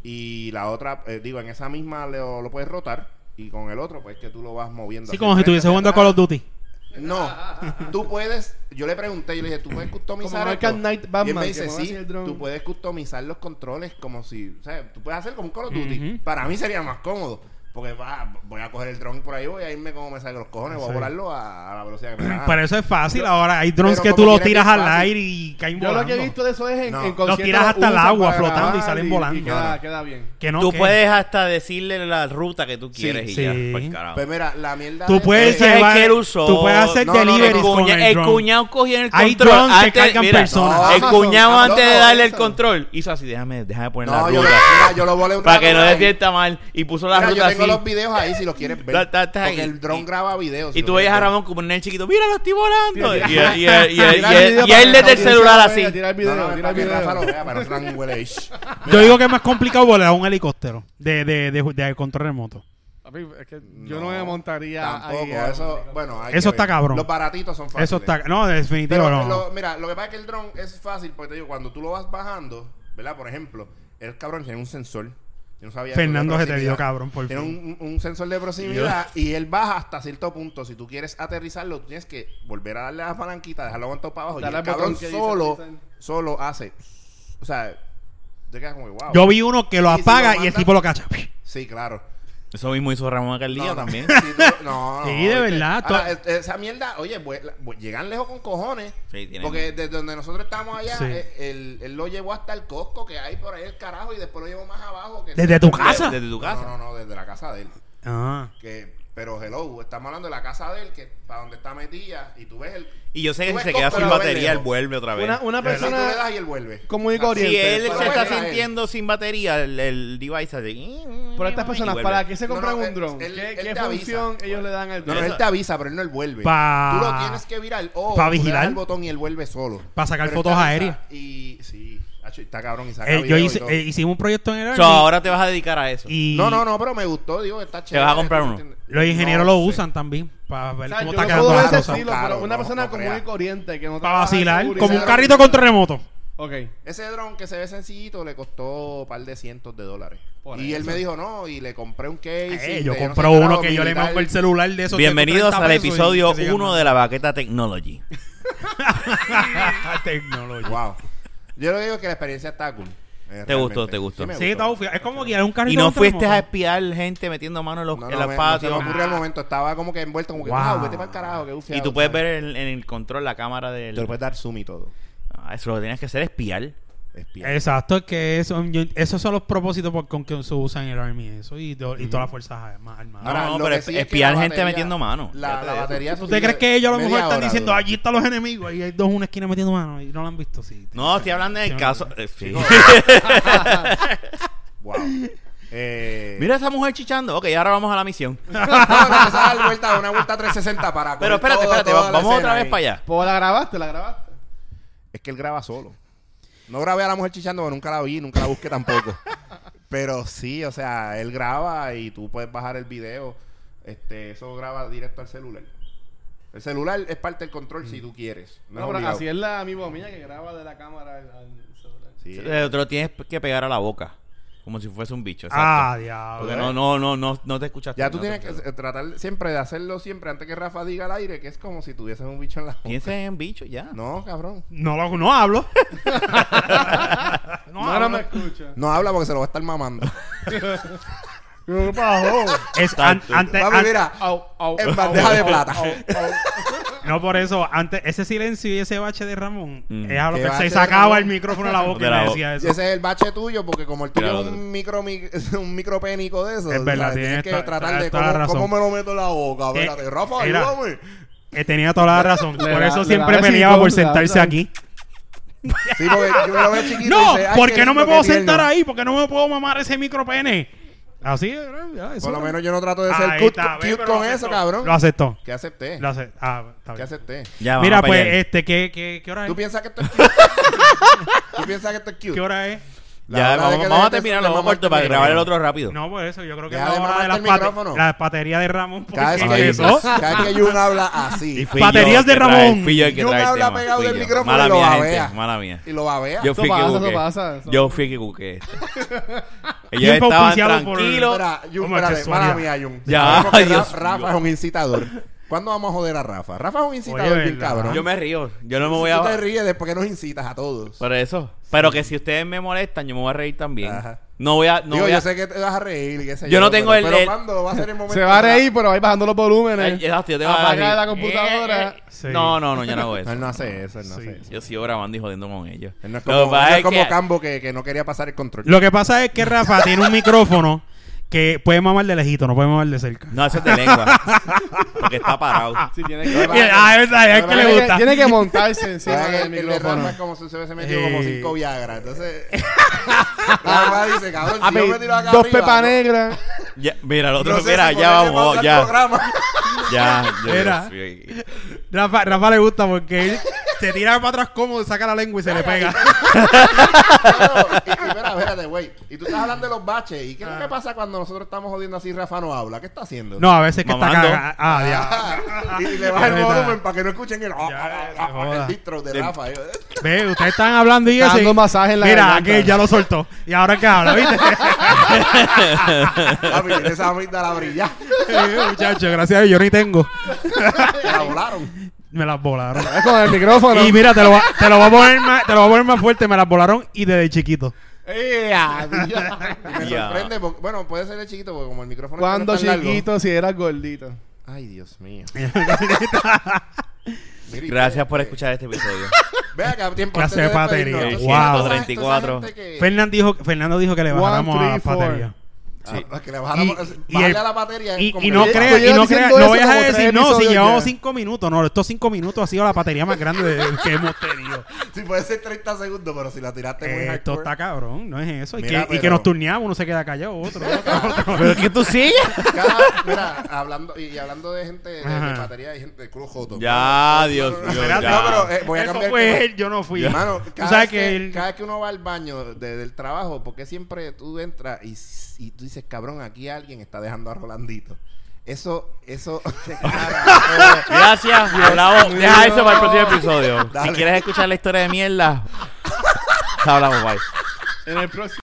Speaker 2: Y la otra, eh, digo, en esa misma lo, lo puedes rotar. Y con el otro, pues que tú lo vas moviendo.
Speaker 1: Sí,
Speaker 2: hacia
Speaker 1: como si
Speaker 2: el frente,
Speaker 1: estuviese
Speaker 2: hacia
Speaker 1: jugando a
Speaker 2: atrás.
Speaker 1: Call of Duty.
Speaker 2: No, tú puedes. Yo le pregunté, yo le dije, ¿tú puedes
Speaker 4: Como
Speaker 2: customizar?
Speaker 4: en
Speaker 2: esto?
Speaker 4: Arkham Knight
Speaker 2: y él
Speaker 4: Batman,
Speaker 2: me
Speaker 4: que
Speaker 2: dice,
Speaker 4: mueve así
Speaker 2: sí,
Speaker 4: el dron.
Speaker 2: tú puedes customizar los controles como si. O sea, tú puedes hacer como un Call of Duty.
Speaker 1: Ujú.
Speaker 2: Para mí sería más cómodo. Porque va, voy a coger el dron por ahí, voy a irme como me salgan los cojones, voy a
Speaker 1: Sí.
Speaker 2: volarlo a, a la velocidad que me da.
Speaker 1: Pero eso es fácil. Ahora hay drones
Speaker 2: Ah. Pero
Speaker 1: que tú
Speaker 2: como
Speaker 1: lo tiras
Speaker 2: quiera que es
Speaker 1: al
Speaker 2: fácil.
Speaker 1: aire y caen
Speaker 4: Yo lo que he
Speaker 1: volando.
Speaker 4: visto de eso es en,
Speaker 2: No.
Speaker 4: en
Speaker 2: Los
Speaker 4: conciertos
Speaker 1: tiras hasta
Speaker 4: lo
Speaker 1: el
Speaker 4: usan
Speaker 1: agua,
Speaker 4: para
Speaker 1: flotando, y
Speaker 4: grabar
Speaker 1: salen
Speaker 4: Y
Speaker 1: volando.
Speaker 4: queda,
Speaker 2: No, no.
Speaker 4: queda bien.
Speaker 1: Que no,
Speaker 3: Tú
Speaker 1: que-
Speaker 3: puedes hasta decirle la ruta que tú quieres y
Speaker 1: sí.
Speaker 3: ya. pa'l carajo.
Speaker 2: Pues mira, la mierda.
Speaker 1: Tú
Speaker 2: de-
Speaker 1: puedes
Speaker 3: Ese es el
Speaker 1: llevar.
Speaker 3: que él usó.
Speaker 1: Tú puedes hacer
Speaker 2: No, no, no,
Speaker 1: deliveries
Speaker 2: no,
Speaker 1: con
Speaker 3: Cuña-
Speaker 1: el,
Speaker 3: el
Speaker 1: drone.
Speaker 3: cuñado cogió el
Speaker 1: Hay
Speaker 3: control
Speaker 1: drones que
Speaker 3: antes,
Speaker 1: cargan
Speaker 3: mira,
Speaker 1: personas.
Speaker 3: no, el
Speaker 2: Amazon,
Speaker 3: cuñado
Speaker 2: Amazon,
Speaker 3: antes de darle el
Speaker 2: Amazon.
Speaker 3: control hizo así, déjame, déjame poner la
Speaker 2: No, yo,
Speaker 3: ruta
Speaker 2: mira, yo lo volé un
Speaker 3: para
Speaker 2: rato
Speaker 3: que no
Speaker 2: por
Speaker 3: se
Speaker 2: ahí.
Speaker 3: sienta mal y puso la
Speaker 2: Mira, yo
Speaker 3: ruta
Speaker 2: tengo
Speaker 3: así.
Speaker 2: los videos ahí si los quieres ver.
Speaker 3: Está- está- está
Speaker 2: porque
Speaker 3: ahí.
Speaker 2: el dron
Speaker 3: Y-
Speaker 2: graba videos. si
Speaker 3: Y tú
Speaker 2: lo
Speaker 3: veías a
Speaker 2: quieres ver.
Speaker 3: Ramón como un nene chiquito, mira, lo estoy volando. Y, y, y, y, y-
Speaker 4: Tira el video
Speaker 3: y- y
Speaker 4: para
Speaker 3: él
Speaker 4: que la
Speaker 3: desde el
Speaker 4: audiencia
Speaker 3: celular
Speaker 4: lo
Speaker 3: así.
Speaker 4: vea, Tira el
Speaker 2: No, no,
Speaker 4: video,
Speaker 2: es
Speaker 4: tira
Speaker 2: para
Speaker 4: el
Speaker 2: que Rafa lo
Speaker 4: video.
Speaker 2: vea, para que Rafa no huele. ish.
Speaker 1: Yo digo que es más complicado volar un helicóptero de, de, de, de control remoto.
Speaker 4: Papi, es que yo no me montaría
Speaker 2: Tampoco,
Speaker 4: ahí a-
Speaker 2: eso, bueno, hay
Speaker 1: Eso
Speaker 2: que
Speaker 1: está
Speaker 2: ver.
Speaker 1: cabrón.
Speaker 2: Los baratitos son fáciles.
Speaker 1: Eso está. No, definitivo
Speaker 2: Pero
Speaker 1: no.
Speaker 2: lo- mira, lo que pasa es que el dron es fácil, porque te digo, cuando tú lo vas bajando, ¿verdad? Por ejemplo, el cabrón tiene un sensor. Yo no sabía eso de
Speaker 1: Fernando se te
Speaker 2: proximidad.
Speaker 1: dio, cabrón, por
Speaker 2: Tiene
Speaker 1: fin.
Speaker 2: un, un sensor de proximidad y él baja hasta cierto punto. Si tú quieres aterrizarlo, tú tienes que volver a darle a la palanquita, dejarlo aguantado para abajo.
Speaker 4: Dale
Speaker 2: y el
Speaker 4: al botón
Speaker 2: cabrón
Speaker 4: que dice
Speaker 2: solo,
Speaker 4: aterrizar.
Speaker 2: solo hace. O sea, te quedas como que, wow.
Speaker 1: Yo vi uno que lo
Speaker 2: Y si
Speaker 1: apaga
Speaker 2: lo
Speaker 1: y el
Speaker 2: manda-
Speaker 1: tipo lo cacha.
Speaker 2: Sí, claro.
Speaker 3: Eso mismo hizo Ramón aquel día
Speaker 2: No, no.
Speaker 3: también.
Speaker 2: Sí, tú- no, no,
Speaker 1: Sí, de
Speaker 2: oye.
Speaker 1: verdad, tú-
Speaker 2: Ahora, e- esa mierda, oye, pues, la- pues, llegan lejos con cojones.
Speaker 3: Sí, tienen-
Speaker 2: Porque desde donde nosotros estamos allá,
Speaker 1: Sí.
Speaker 2: eh, él, él lo llevó hasta el Costco que hay por ahí el carajo y después lo llevó más abajo. Que
Speaker 1: Desde tu casa.
Speaker 3: Desde tu
Speaker 2: No,
Speaker 3: casa.
Speaker 2: No, no, no, desde la casa de él.
Speaker 1: Ah.
Speaker 2: Que, pero hello, estamos hablando de la casa de él, que para donde está metida, y tú ves el.
Speaker 3: Y yo sé
Speaker 2: tú
Speaker 3: que si
Speaker 2: ves
Speaker 3: se queda
Speaker 2: Costco,
Speaker 3: sin
Speaker 2: lo ves
Speaker 3: batería, él
Speaker 2: lejos.
Speaker 3: vuelve otra vez.
Speaker 4: Una, una
Speaker 2: Pero si tú le das
Speaker 4: persona
Speaker 2: y él vuelve.
Speaker 4: común y
Speaker 2: O sea,
Speaker 4: corriente.
Speaker 3: si él
Speaker 4: pero-
Speaker 2: pero
Speaker 3: se
Speaker 2: bueno,
Speaker 3: está
Speaker 2: a él.
Speaker 3: sintiendo sin batería, el, el device así.
Speaker 4: Pero estas personas,
Speaker 3: y vuelve.
Speaker 4: ¿para qué se
Speaker 2: No, no,
Speaker 4: compran un
Speaker 2: él-
Speaker 4: dron?
Speaker 2: él-
Speaker 4: ¿Qué,
Speaker 2: él
Speaker 4: qué
Speaker 2: te avisa.
Speaker 4: función ellos le dan al
Speaker 2: No,
Speaker 4: dron?
Speaker 2: no, él te avisa, pero él no él vuelve.
Speaker 1: Pa-
Speaker 2: Tú lo tienes que virar. O
Speaker 1: pa
Speaker 2: tú le das
Speaker 1: vigilar.
Speaker 2: el botón y él vuelve solo.
Speaker 1: Pa sacar
Speaker 2: Pero él te
Speaker 1: fotos
Speaker 2: avisa
Speaker 1: aéreas.
Speaker 2: Y sí, acho, está cabrón y saca
Speaker 1: Eh, yo
Speaker 2: video y
Speaker 1: hice,
Speaker 2: todo.
Speaker 1: eh, hicimos un proyecto en el
Speaker 3: O
Speaker 1: Army
Speaker 3: sea, ahora te vas a dedicar a eso.
Speaker 1: y
Speaker 2: No, no, no, pero me gustó, digo, está chévere.
Speaker 3: vas a comprar uno?
Speaker 2: ¿entiendes?
Speaker 1: los ingenieros
Speaker 2: No
Speaker 1: lo
Speaker 2: sé.
Speaker 1: usan también para ver
Speaker 4: O sea,
Speaker 1: cómo
Speaker 4: yo
Speaker 1: está
Speaker 4: no
Speaker 1: quedando la
Speaker 4: puedo ver ese
Speaker 2: caro,
Speaker 1: cosa.
Speaker 2: son
Speaker 4: estilo,
Speaker 2: caros,
Speaker 4: pero una
Speaker 2: no,
Speaker 4: persona
Speaker 2: no
Speaker 4: común
Speaker 2: creas.
Speaker 4: y corriente que no
Speaker 1: Para
Speaker 4: trabaja en
Speaker 1: vacilar,
Speaker 4: seguridad.
Speaker 1: como un
Speaker 2: Ese
Speaker 1: carrito
Speaker 2: dron-
Speaker 1: contra remoto.
Speaker 4: Ok.
Speaker 2: Ese dron que se ve sencillito le costó un par de cientos de dólares.
Speaker 4: Por
Speaker 2: y él
Speaker 4: eso.
Speaker 2: me dijo, no, y le compré un case.
Speaker 1: Eh, yo compro uno que yo le pongo el celular de esos.
Speaker 3: Bienvenidos al episodio 1 de la Baqueta Technology.
Speaker 1: la Ah, tecnología.
Speaker 2: Wow. Yo lo digo es que la experiencia está cool. eh,
Speaker 3: Te gustó,
Speaker 2: realmente.
Speaker 3: te gustó.
Speaker 2: me
Speaker 1: Sí, está bufio. Es como guiar un carrito
Speaker 3: Y no
Speaker 1: contra
Speaker 3: fuiste a
Speaker 1: remoto.
Speaker 3: espiar gente metiendo mano en los,
Speaker 2: No, no,
Speaker 3: en
Speaker 2: me-
Speaker 3: los
Speaker 2: no se
Speaker 3: patios.
Speaker 2: me ocurrió al momento. Estaba como que envuelto, como que,
Speaker 1: Wow.
Speaker 2: wow, vete para el carajo, que
Speaker 3: y tú puedes ver en, en el control la cámara del.
Speaker 2: Te lo puedes dar zoom y todo.
Speaker 3: Ah, eso lo que tienes que hacer es espiar.
Speaker 2: Espía.
Speaker 1: Exacto, es que eso, yo- esos son los propósitos por, con que se usan el Army eso, y, to- y todas las fuerzas arma- armadas.
Speaker 3: Ahora, no,
Speaker 2: lo
Speaker 3: pero
Speaker 2: que sí es que
Speaker 3: espiar
Speaker 2: la
Speaker 3: gente
Speaker 2: batería-
Speaker 3: metiendo mano.
Speaker 2: La,
Speaker 3: Fíjate
Speaker 2: la
Speaker 3: de eso.
Speaker 2: batería
Speaker 1: ¿Tú te crees que ellos a lo mejor
Speaker 2: media
Speaker 1: están
Speaker 2: hora
Speaker 1: diciendo,
Speaker 2: dura.
Speaker 1: allí están los enemigos, y hay dos en una esquina metiendo mano, y no lo han visto? Sí.
Speaker 3: No, estoy hablando en el caso. eh, sí.
Speaker 2: Wow. Eh,
Speaker 3: Mira esa mujer chichando. Ok, ahora vamos a la misión.
Speaker 2: no, no, esa es la vuelta, una vuelta 360 para.
Speaker 3: Pero
Speaker 2: coger
Speaker 3: espérate,
Speaker 2: todo-
Speaker 3: espérate.
Speaker 2: toda
Speaker 3: va-
Speaker 2: la
Speaker 3: Vamos otra
Speaker 2: escena
Speaker 3: vez
Speaker 2: ahí.
Speaker 3: para allá.
Speaker 4: Pues la grabaste, la grabaste.
Speaker 2: Es que él graba solo. No grabé a la mujer chichando, porque nunca la vi, nunca la busqué tampoco. Pero sí, o sea, él graba y tú puedes bajar el video. Este, eso graba directo al celular. El celular es parte del control si tú quieres. No,
Speaker 4: Mm. No,
Speaker 2: es
Speaker 4: pero
Speaker 2: obligado.
Speaker 4: así es la amigo mía que graba de la cámara al, al celular.
Speaker 2: Sí.
Speaker 3: Eh, El otro tienes que pegar a la boca. Como si fuese un bicho,
Speaker 1: Ah,
Speaker 3: exacto.
Speaker 1: diablo.
Speaker 3: Porque no, no, no, no, no te escuchaste.
Speaker 2: Ya tú
Speaker 3: no te
Speaker 2: tienes que
Speaker 3: escuchaste.
Speaker 2: eh, tratar siempre de hacerlo siempre antes que Rafa diga al aire, que es como si tuvieses un bicho en la boca.
Speaker 3: Piensa en bicho ya.
Speaker 2: No, cabrón.
Speaker 1: No, lo- no hablo. no,
Speaker 4: No,
Speaker 1: hablo.
Speaker 4: no me escucha.
Speaker 2: No habla porque se lo va a estar mamando.
Speaker 4: ¿Qué pasó?
Speaker 1: Es an-
Speaker 3: Tanto.
Speaker 1: antes,
Speaker 2: Papi,
Speaker 1: an-
Speaker 2: mira,
Speaker 4: Au, au,
Speaker 2: en
Speaker 4: au,
Speaker 2: bandeja de
Speaker 4: au,
Speaker 2: plata.
Speaker 4: au, au.
Speaker 1: no por eso, antes ese silencio y ese bache de Ramón,
Speaker 3: Mm.
Speaker 1: era lo
Speaker 2: ¿Qué
Speaker 1: que
Speaker 2: bache
Speaker 1: se
Speaker 2: de
Speaker 1: sacaba
Speaker 2: Ramón?
Speaker 1: el micrófono a la boca
Speaker 3: De
Speaker 1: y
Speaker 3: la
Speaker 1: me
Speaker 3: boca.
Speaker 1: decía
Speaker 2: Y
Speaker 1: eso.
Speaker 2: ese es el bache tuyo, porque como el tuyo
Speaker 3: Claro.
Speaker 2: es un micro, mi- un micro pénico de eso.
Speaker 1: Es verdad, tienes
Speaker 2: tienes que
Speaker 1: to-
Speaker 2: tratar
Speaker 1: to-
Speaker 2: de
Speaker 1: toda la
Speaker 2: cómo,
Speaker 1: razón. Eh,
Speaker 2: cómo me lo meto en la boca.
Speaker 1: Que-
Speaker 2: Espérate, Rafa,
Speaker 1: era-
Speaker 2: ayúdame.
Speaker 1: Eh, tenía toda la razón.
Speaker 4: Le
Speaker 1: por
Speaker 4: da-
Speaker 1: eso
Speaker 4: le
Speaker 1: siempre
Speaker 4: da
Speaker 1: peleaba por
Speaker 4: besito, le da
Speaker 1: sentarse
Speaker 4: besito.
Speaker 1: aquí.
Speaker 2: Sí, porque yo lo veo chiquito.
Speaker 1: No,
Speaker 2: y dice, "Ay,
Speaker 1: ¿por qué no
Speaker 2: lindo,
Speaker 1: me puedo
Speaker 2: qué tierno".
Speaker 1: sentar ahí? porque no me puedo mamar ese micropene? Así, era, ya, eso
Speaker 2: Por lo
Speaker 1: era.
Speaker 2: menos yo no trato de ser
Speaker 1: Ahí
Speaker 2: cute,
Speaker 1: está, ve,
Speaker 2: cute
Speaker 1: pero
Speaker 2: con
Speaker 1: lo
Speaker 2: eso,
Speaker 1: aceptó.
Speaker 2: cabrón.
Speaker 1: Lo aceptó.
Speaker 2: ¿Qué acepté?
Speaker 1: Lo ace- ah, está
Speaker 2: ¿Qué
Speaker 1: bien.
Speaker 2: acepté?
Speaker 3: Ya, vamos
Speaker 1: Mira,
Speaker 3: a
Speaker 1: pues,
Speaker 3: pelear.
Speaker 1: este, ¿qué, qué, qué hora es?
Speaker 2: ¿Tú piensas que esto es cute? ¿Tú piensas que esto es
Speaker 1: ¿Qué
Speaker 2: cute?
Speaker 1: hora es?
Speaker 2: La
Speaker 3: ya,
Speaker 2: hora de
Speaker 3: vamos,
Speaker 2: que
Speaker 3: vamos a
Speaker 2: le-
Speaker 3: terminarlo,
Speaker 2: le
Speaker 3: vamos a
Speaker 2: mamó el
Speaker 3: corto para
Speaker 2: primero.
Speaker 3: grabar el otro rápido.
Speaker 1: No, por eso, yo creo que es
Speaker 2: Deja
Speaker 1: la hora
Speaker 2: de
Speaker 1: de
Speaker 2: mamarte
Speaker 1: las
Speaker 2: el
Speaker 1: pate-
Speaker 2: micrófono.
Speaker 1: la batería de Ramón.
Speaker 2: Cada vez,
Speaker 1: porque
Speaker 2: que,
Speaker 1: eso-
Speaker 2: cada vez que Jun habla así
Speaker 3: Y fui
Speaker 1: Baterías
Speaker 3: yo
Speaker 1: de
Speaker 3: que trae-
Speaker 1: Ramón.
Speaker 3: Fui yo el que
Speaker 2: Yo me
Speaker 3: trae el
Speaker 2: habla
Speaker 3: tema,
Speaker 2: pegado
Speaker 3: fui
Speaker 2: del
Speaker 3: yo.
Speaker 2: micrófono
Speaker 3: Mala
Speaker 2: y lo
Speaker 3: mía,
Speaker 2: babea.
Speaker 3: gente, mala mía.
Speaker 2: y lo babea.
Speaker 3: Yo
Speaker 4: Eso
Speaker 3: fui que
Speaker 4: pasa, eso
Speaker 3: busqué.
Speaker 4: pasa, eso
Speaker 3: Yo
Speaker 4: pasa.
Speaker 3: fui que busqué. Ellos
Speaker 1: Siempre
Speaker 3: estaban
Speaker 1: auspiciado por-
Speaker 3: tranquilos.
Speaker 2: Mira, Jun,
Speaker 1: Hombre,
Speaker 2: espérate, mala
Speaker 1: sexualidad.
Speaker 2: mía, Jun.
Speaker 3: Ya,
Speaker 2: Sabemos que Ra-
Speaker 3: Dios
Speaker 2: Rafa
Speaker 3: mío.
Speaker 2: es un incitador. ¿Cuándo vamos a joder a Rafa? Rafa es un incitador
Speaker 1: Oye,
Speaker 2: bien
Speaker 1: ¿verdad?
Speaker 2: cabrón.
Speaker 3: Yo me río. Yo no me voy
Speaker 2: Tú
Speaker 3: a.
Speaker 2: te
Speaker 3: Pues
Speaker 2: ríes de por qué nos incitas a todos.
Speaker 3: Por eso. Pero que si ustedes me molestan, yo me voy a reír también.
Speaker 2: Ajá.
Speaker 3: No voy a. No
Speaker 2: Digo,
Speaker 3: voy
Speaker 2: yo
Speaker 3: a-
Speaker 2: sé que te vas a reír. qué sé
Speaker 3: Yo no tengo
Speaker 2: pero-
Speaker 3: el-
Speaker 2: Pero
Speaker 3: el-
Speaker 2: ¿cuándo va a ser el momento?
Speaker 4: Se va a reír, pero ahí bajando los
Speaker 3: Ay,
Speaker 4: volúmenes.
Speaker 3: exacto, yo tengo que
Speaker 4: Apaga
Speaker 3: reír.
Speaker 4: la computadora.
Speaker 3: Eh, eh,
Speaker 1: Sí.
Speaker 3: No, no, no, yo no hago
Speaker 2: No,
Speaker 3: eso.
Speaker 2: él no hace eso, él no hace eso.
Speaker 3: Yo sigo grabando y jodiendo con ellos.
Speaker 2: Él no es
Speaker 3: Lo
Speaker 2: como,
Speaker 3: que pasa
Speaker 2: él no es
Speaker 3: es
Speaker 2: como
Speaker 3: que-
Speaker 2: Cambo que, que no quería pasar el control.
Speaker 1: Lo que pasa es que Rafa tiene un micrófono que puede mamar de lejito, no puede mamar de cerca.
Speaker 3: No, eso es de lengua. Porque está parado.
Speaker 4: Sí, tiene que-
Speaker 2: Vale.
Speaker 1: Ah, es, es que le
Speaker 4: tiene que-
Speaker 1: gusta.
Speaker 4: Tiene que montarse encima
Speaker 2: ¿Sabes que
Speaker 4: del
Speaker 2: el, el de
Speaker 4: micrófono.
Speaker 2: Rafa es como si se hubiese metido como
Speaker 1: Eh.
Speaker 2: cinco Viagra. Entonces, Rafa dice, cabrón,
Speaker 4: Ah,
Speaker 2: si yo me tiro acá
Speaker 4: dos
Speaker 2: arriba,
Speaker 4: pepas
Speaker 2: no-
Speaker 4: negras.
Speaker 3: Ya, mira, el
Speaker 2: no
Speaker 3: otro,
Speaker 2: sé
Speaker 3: mira,
Speaker 2: si
Speaker 3: ya
Speaker 2: ponerle pausa
Speaker 3: vamos,
Speaker 2: al
Speaker 3: ya.
Speaker 2: programa.
Speaker 3: Ya, yo-
Speaker 1: Mira.
Speaker 3: sí.
Speaker 1: Rafa, Rafa le gusta porque él se tira para atrás cómodo, saca la lengua y se le pega.
Speaker 2: Claro, y, y espera, espérate, güey. Y tú estás hablando de los baches. ¿Y qué es lo que pasa cuando nosotros estamos jodiendo así? Rafa no habla. ¿Qué está haciendo?
Speaker 1: Ah. No, a veces que está
Speaker 3: Mamando.
Speaker 1: cagada. Ah, diablo.
Speaker 2: y, y le baja el
Speaker 1: Ahorita.
Speaker 2: volumen para que no escuchen el, ah, ah, ah, ah,
Speaker 1: joda.
Speaker 2: el distro de Rafa.
Speaker 5: eh.
Speaker 2: Yo,
Speaker 1: Ve, ustedes están hablando y
Speaker 4: Está
Speaker 1: eso.
Speaker 4: dando
Speaker 1: y-
Speaker 4: masaje en la
Speaker 1: Mira,
Speaker 4: garganta.
Speaker 1: aquel ya lo soltó. Y ahora que habla, ¿viste?
Speaker 2: Papi, tiene esa amígdala brillar.
Speaker 1: Eh, Muchacho, gracias a Dios, yo ni tengo.
Speaker 2: La volaron.
Speaker 1: Me las volaron.
Speaker 4: Es con el micrófono.
Speaker 1: Y mira, te lo, va- te lo voy a poner más, te lo voy a poner más fuerte, me las volaron y desde chiquito.
Speaker 4: ¡Ea, diablo!
Speaker 2: Y me
Speaker 3: Ya.
Speaker 2: sorprende. porque- bueno, puede ser de chiquito porque como el micrófono
Speaker 4: Cuando
Speaker 2: está tan largo-
Speaker 4: chiquito, si eras gordito.
Speaker 2: Ay, Dios mío.
Speaker 3: Gracias por escuchar este episodio.
Speaker 2: Vea que a tiempo
Speaker 1: Clase
Speaker 2: antes
Speaker 1: de
Speaker 2: despedirnos,
Speaker 1: batería.
Speaker 2: tú
Speaker 1: Wow.
Speaker 2: sabes, toda esa-
Speaker 3: 34.
Speaker 2: toda esa gente que-
Speaker 1: Fernan dijo, Fernando dijo que le
Speaker 4: One,
Speaker 1: bajáramos a la
Speaker 4: three, four.
Speaker 1: batería.
Speaker 2: Ah, para que le
Speaker 1: Y-
Speaker 2: bajáramos-
Speaker 1: y
Speaker 2: bajarle
Speaker 1: el-
Speaker 2: a la batería es
Speaker 1: Y,
Speaker 2: como
Speaker 1: y
Speaker 2: que-
Speaker 1: no
Speaker 4: Yo
Speaker 1: creas, y
Speaker 4: llevo
Speaker 1: no
Speaker 4: diciendo
Speaker 1: creas, no
Speaker 4: eso
Speaker 1: vayas a
Speaker 4: como tres
Speaker 1: decir, no, si
Speaker 4: episodios
Speaker 1: llevamos
Speaker 4: ya.
Speaker 1: cinco minutos. No, estos cinco minutos ha sido la batería más grande de- que hemos tenido.
Speaker 2: Si puede ser 30 segundos, pero si la tiraste muy
Speaker 1: Eh, Esto
Speaker 2: hardcore.
Speaker 1: está cabrón, no es eso. Y, que,
Speaker 2: Mira,
Speaker 1: y que
Speaker 2: pero-
Speaker 1: nos turneamos, uno se queda callado, otro. otro.
Speaker 3: Pero es que tú sigues.
Speaker 2: Cada- mira, hablando, y, y hablando de gente de, de
Speaker 1: Ajá.
Speaker 2: batería y gente de culo joto.
Speaker 3: Ya, Dios
Speaker 2: No, no, no,
Speaker 3: mío.
Speaker 2: espérate,
Speaker 3: ya.
Speaker 2: no, pero eh, voy a
Speaker 1: eso
Speaker 2: cambiar.
Speaker 1: fue
Speaker 2: el tema.
Speaker 1: él, yo no fui.
Speaker 2: Hermano,
Speaker 1: Tú
Speaker 2: cada,
Speaker 1: sabes
Speaker 2: vez que,
Speaker 1: que él-
Speaker 2: cada vez que uno va al baño de- del trabajo, porque siempre tú entras y, s- y tú dices, cabrón, aquí alguien está dejando a Rolandito? Eso, eso.
Speaker 3: Gracias, hablamos. Deja eso para el próximo episodio.
Speaker 2: Dale.
Speaker 3: Si quieres escuchar la historia de mierda, hablamos, bye.
Speaker 4: En el próximo.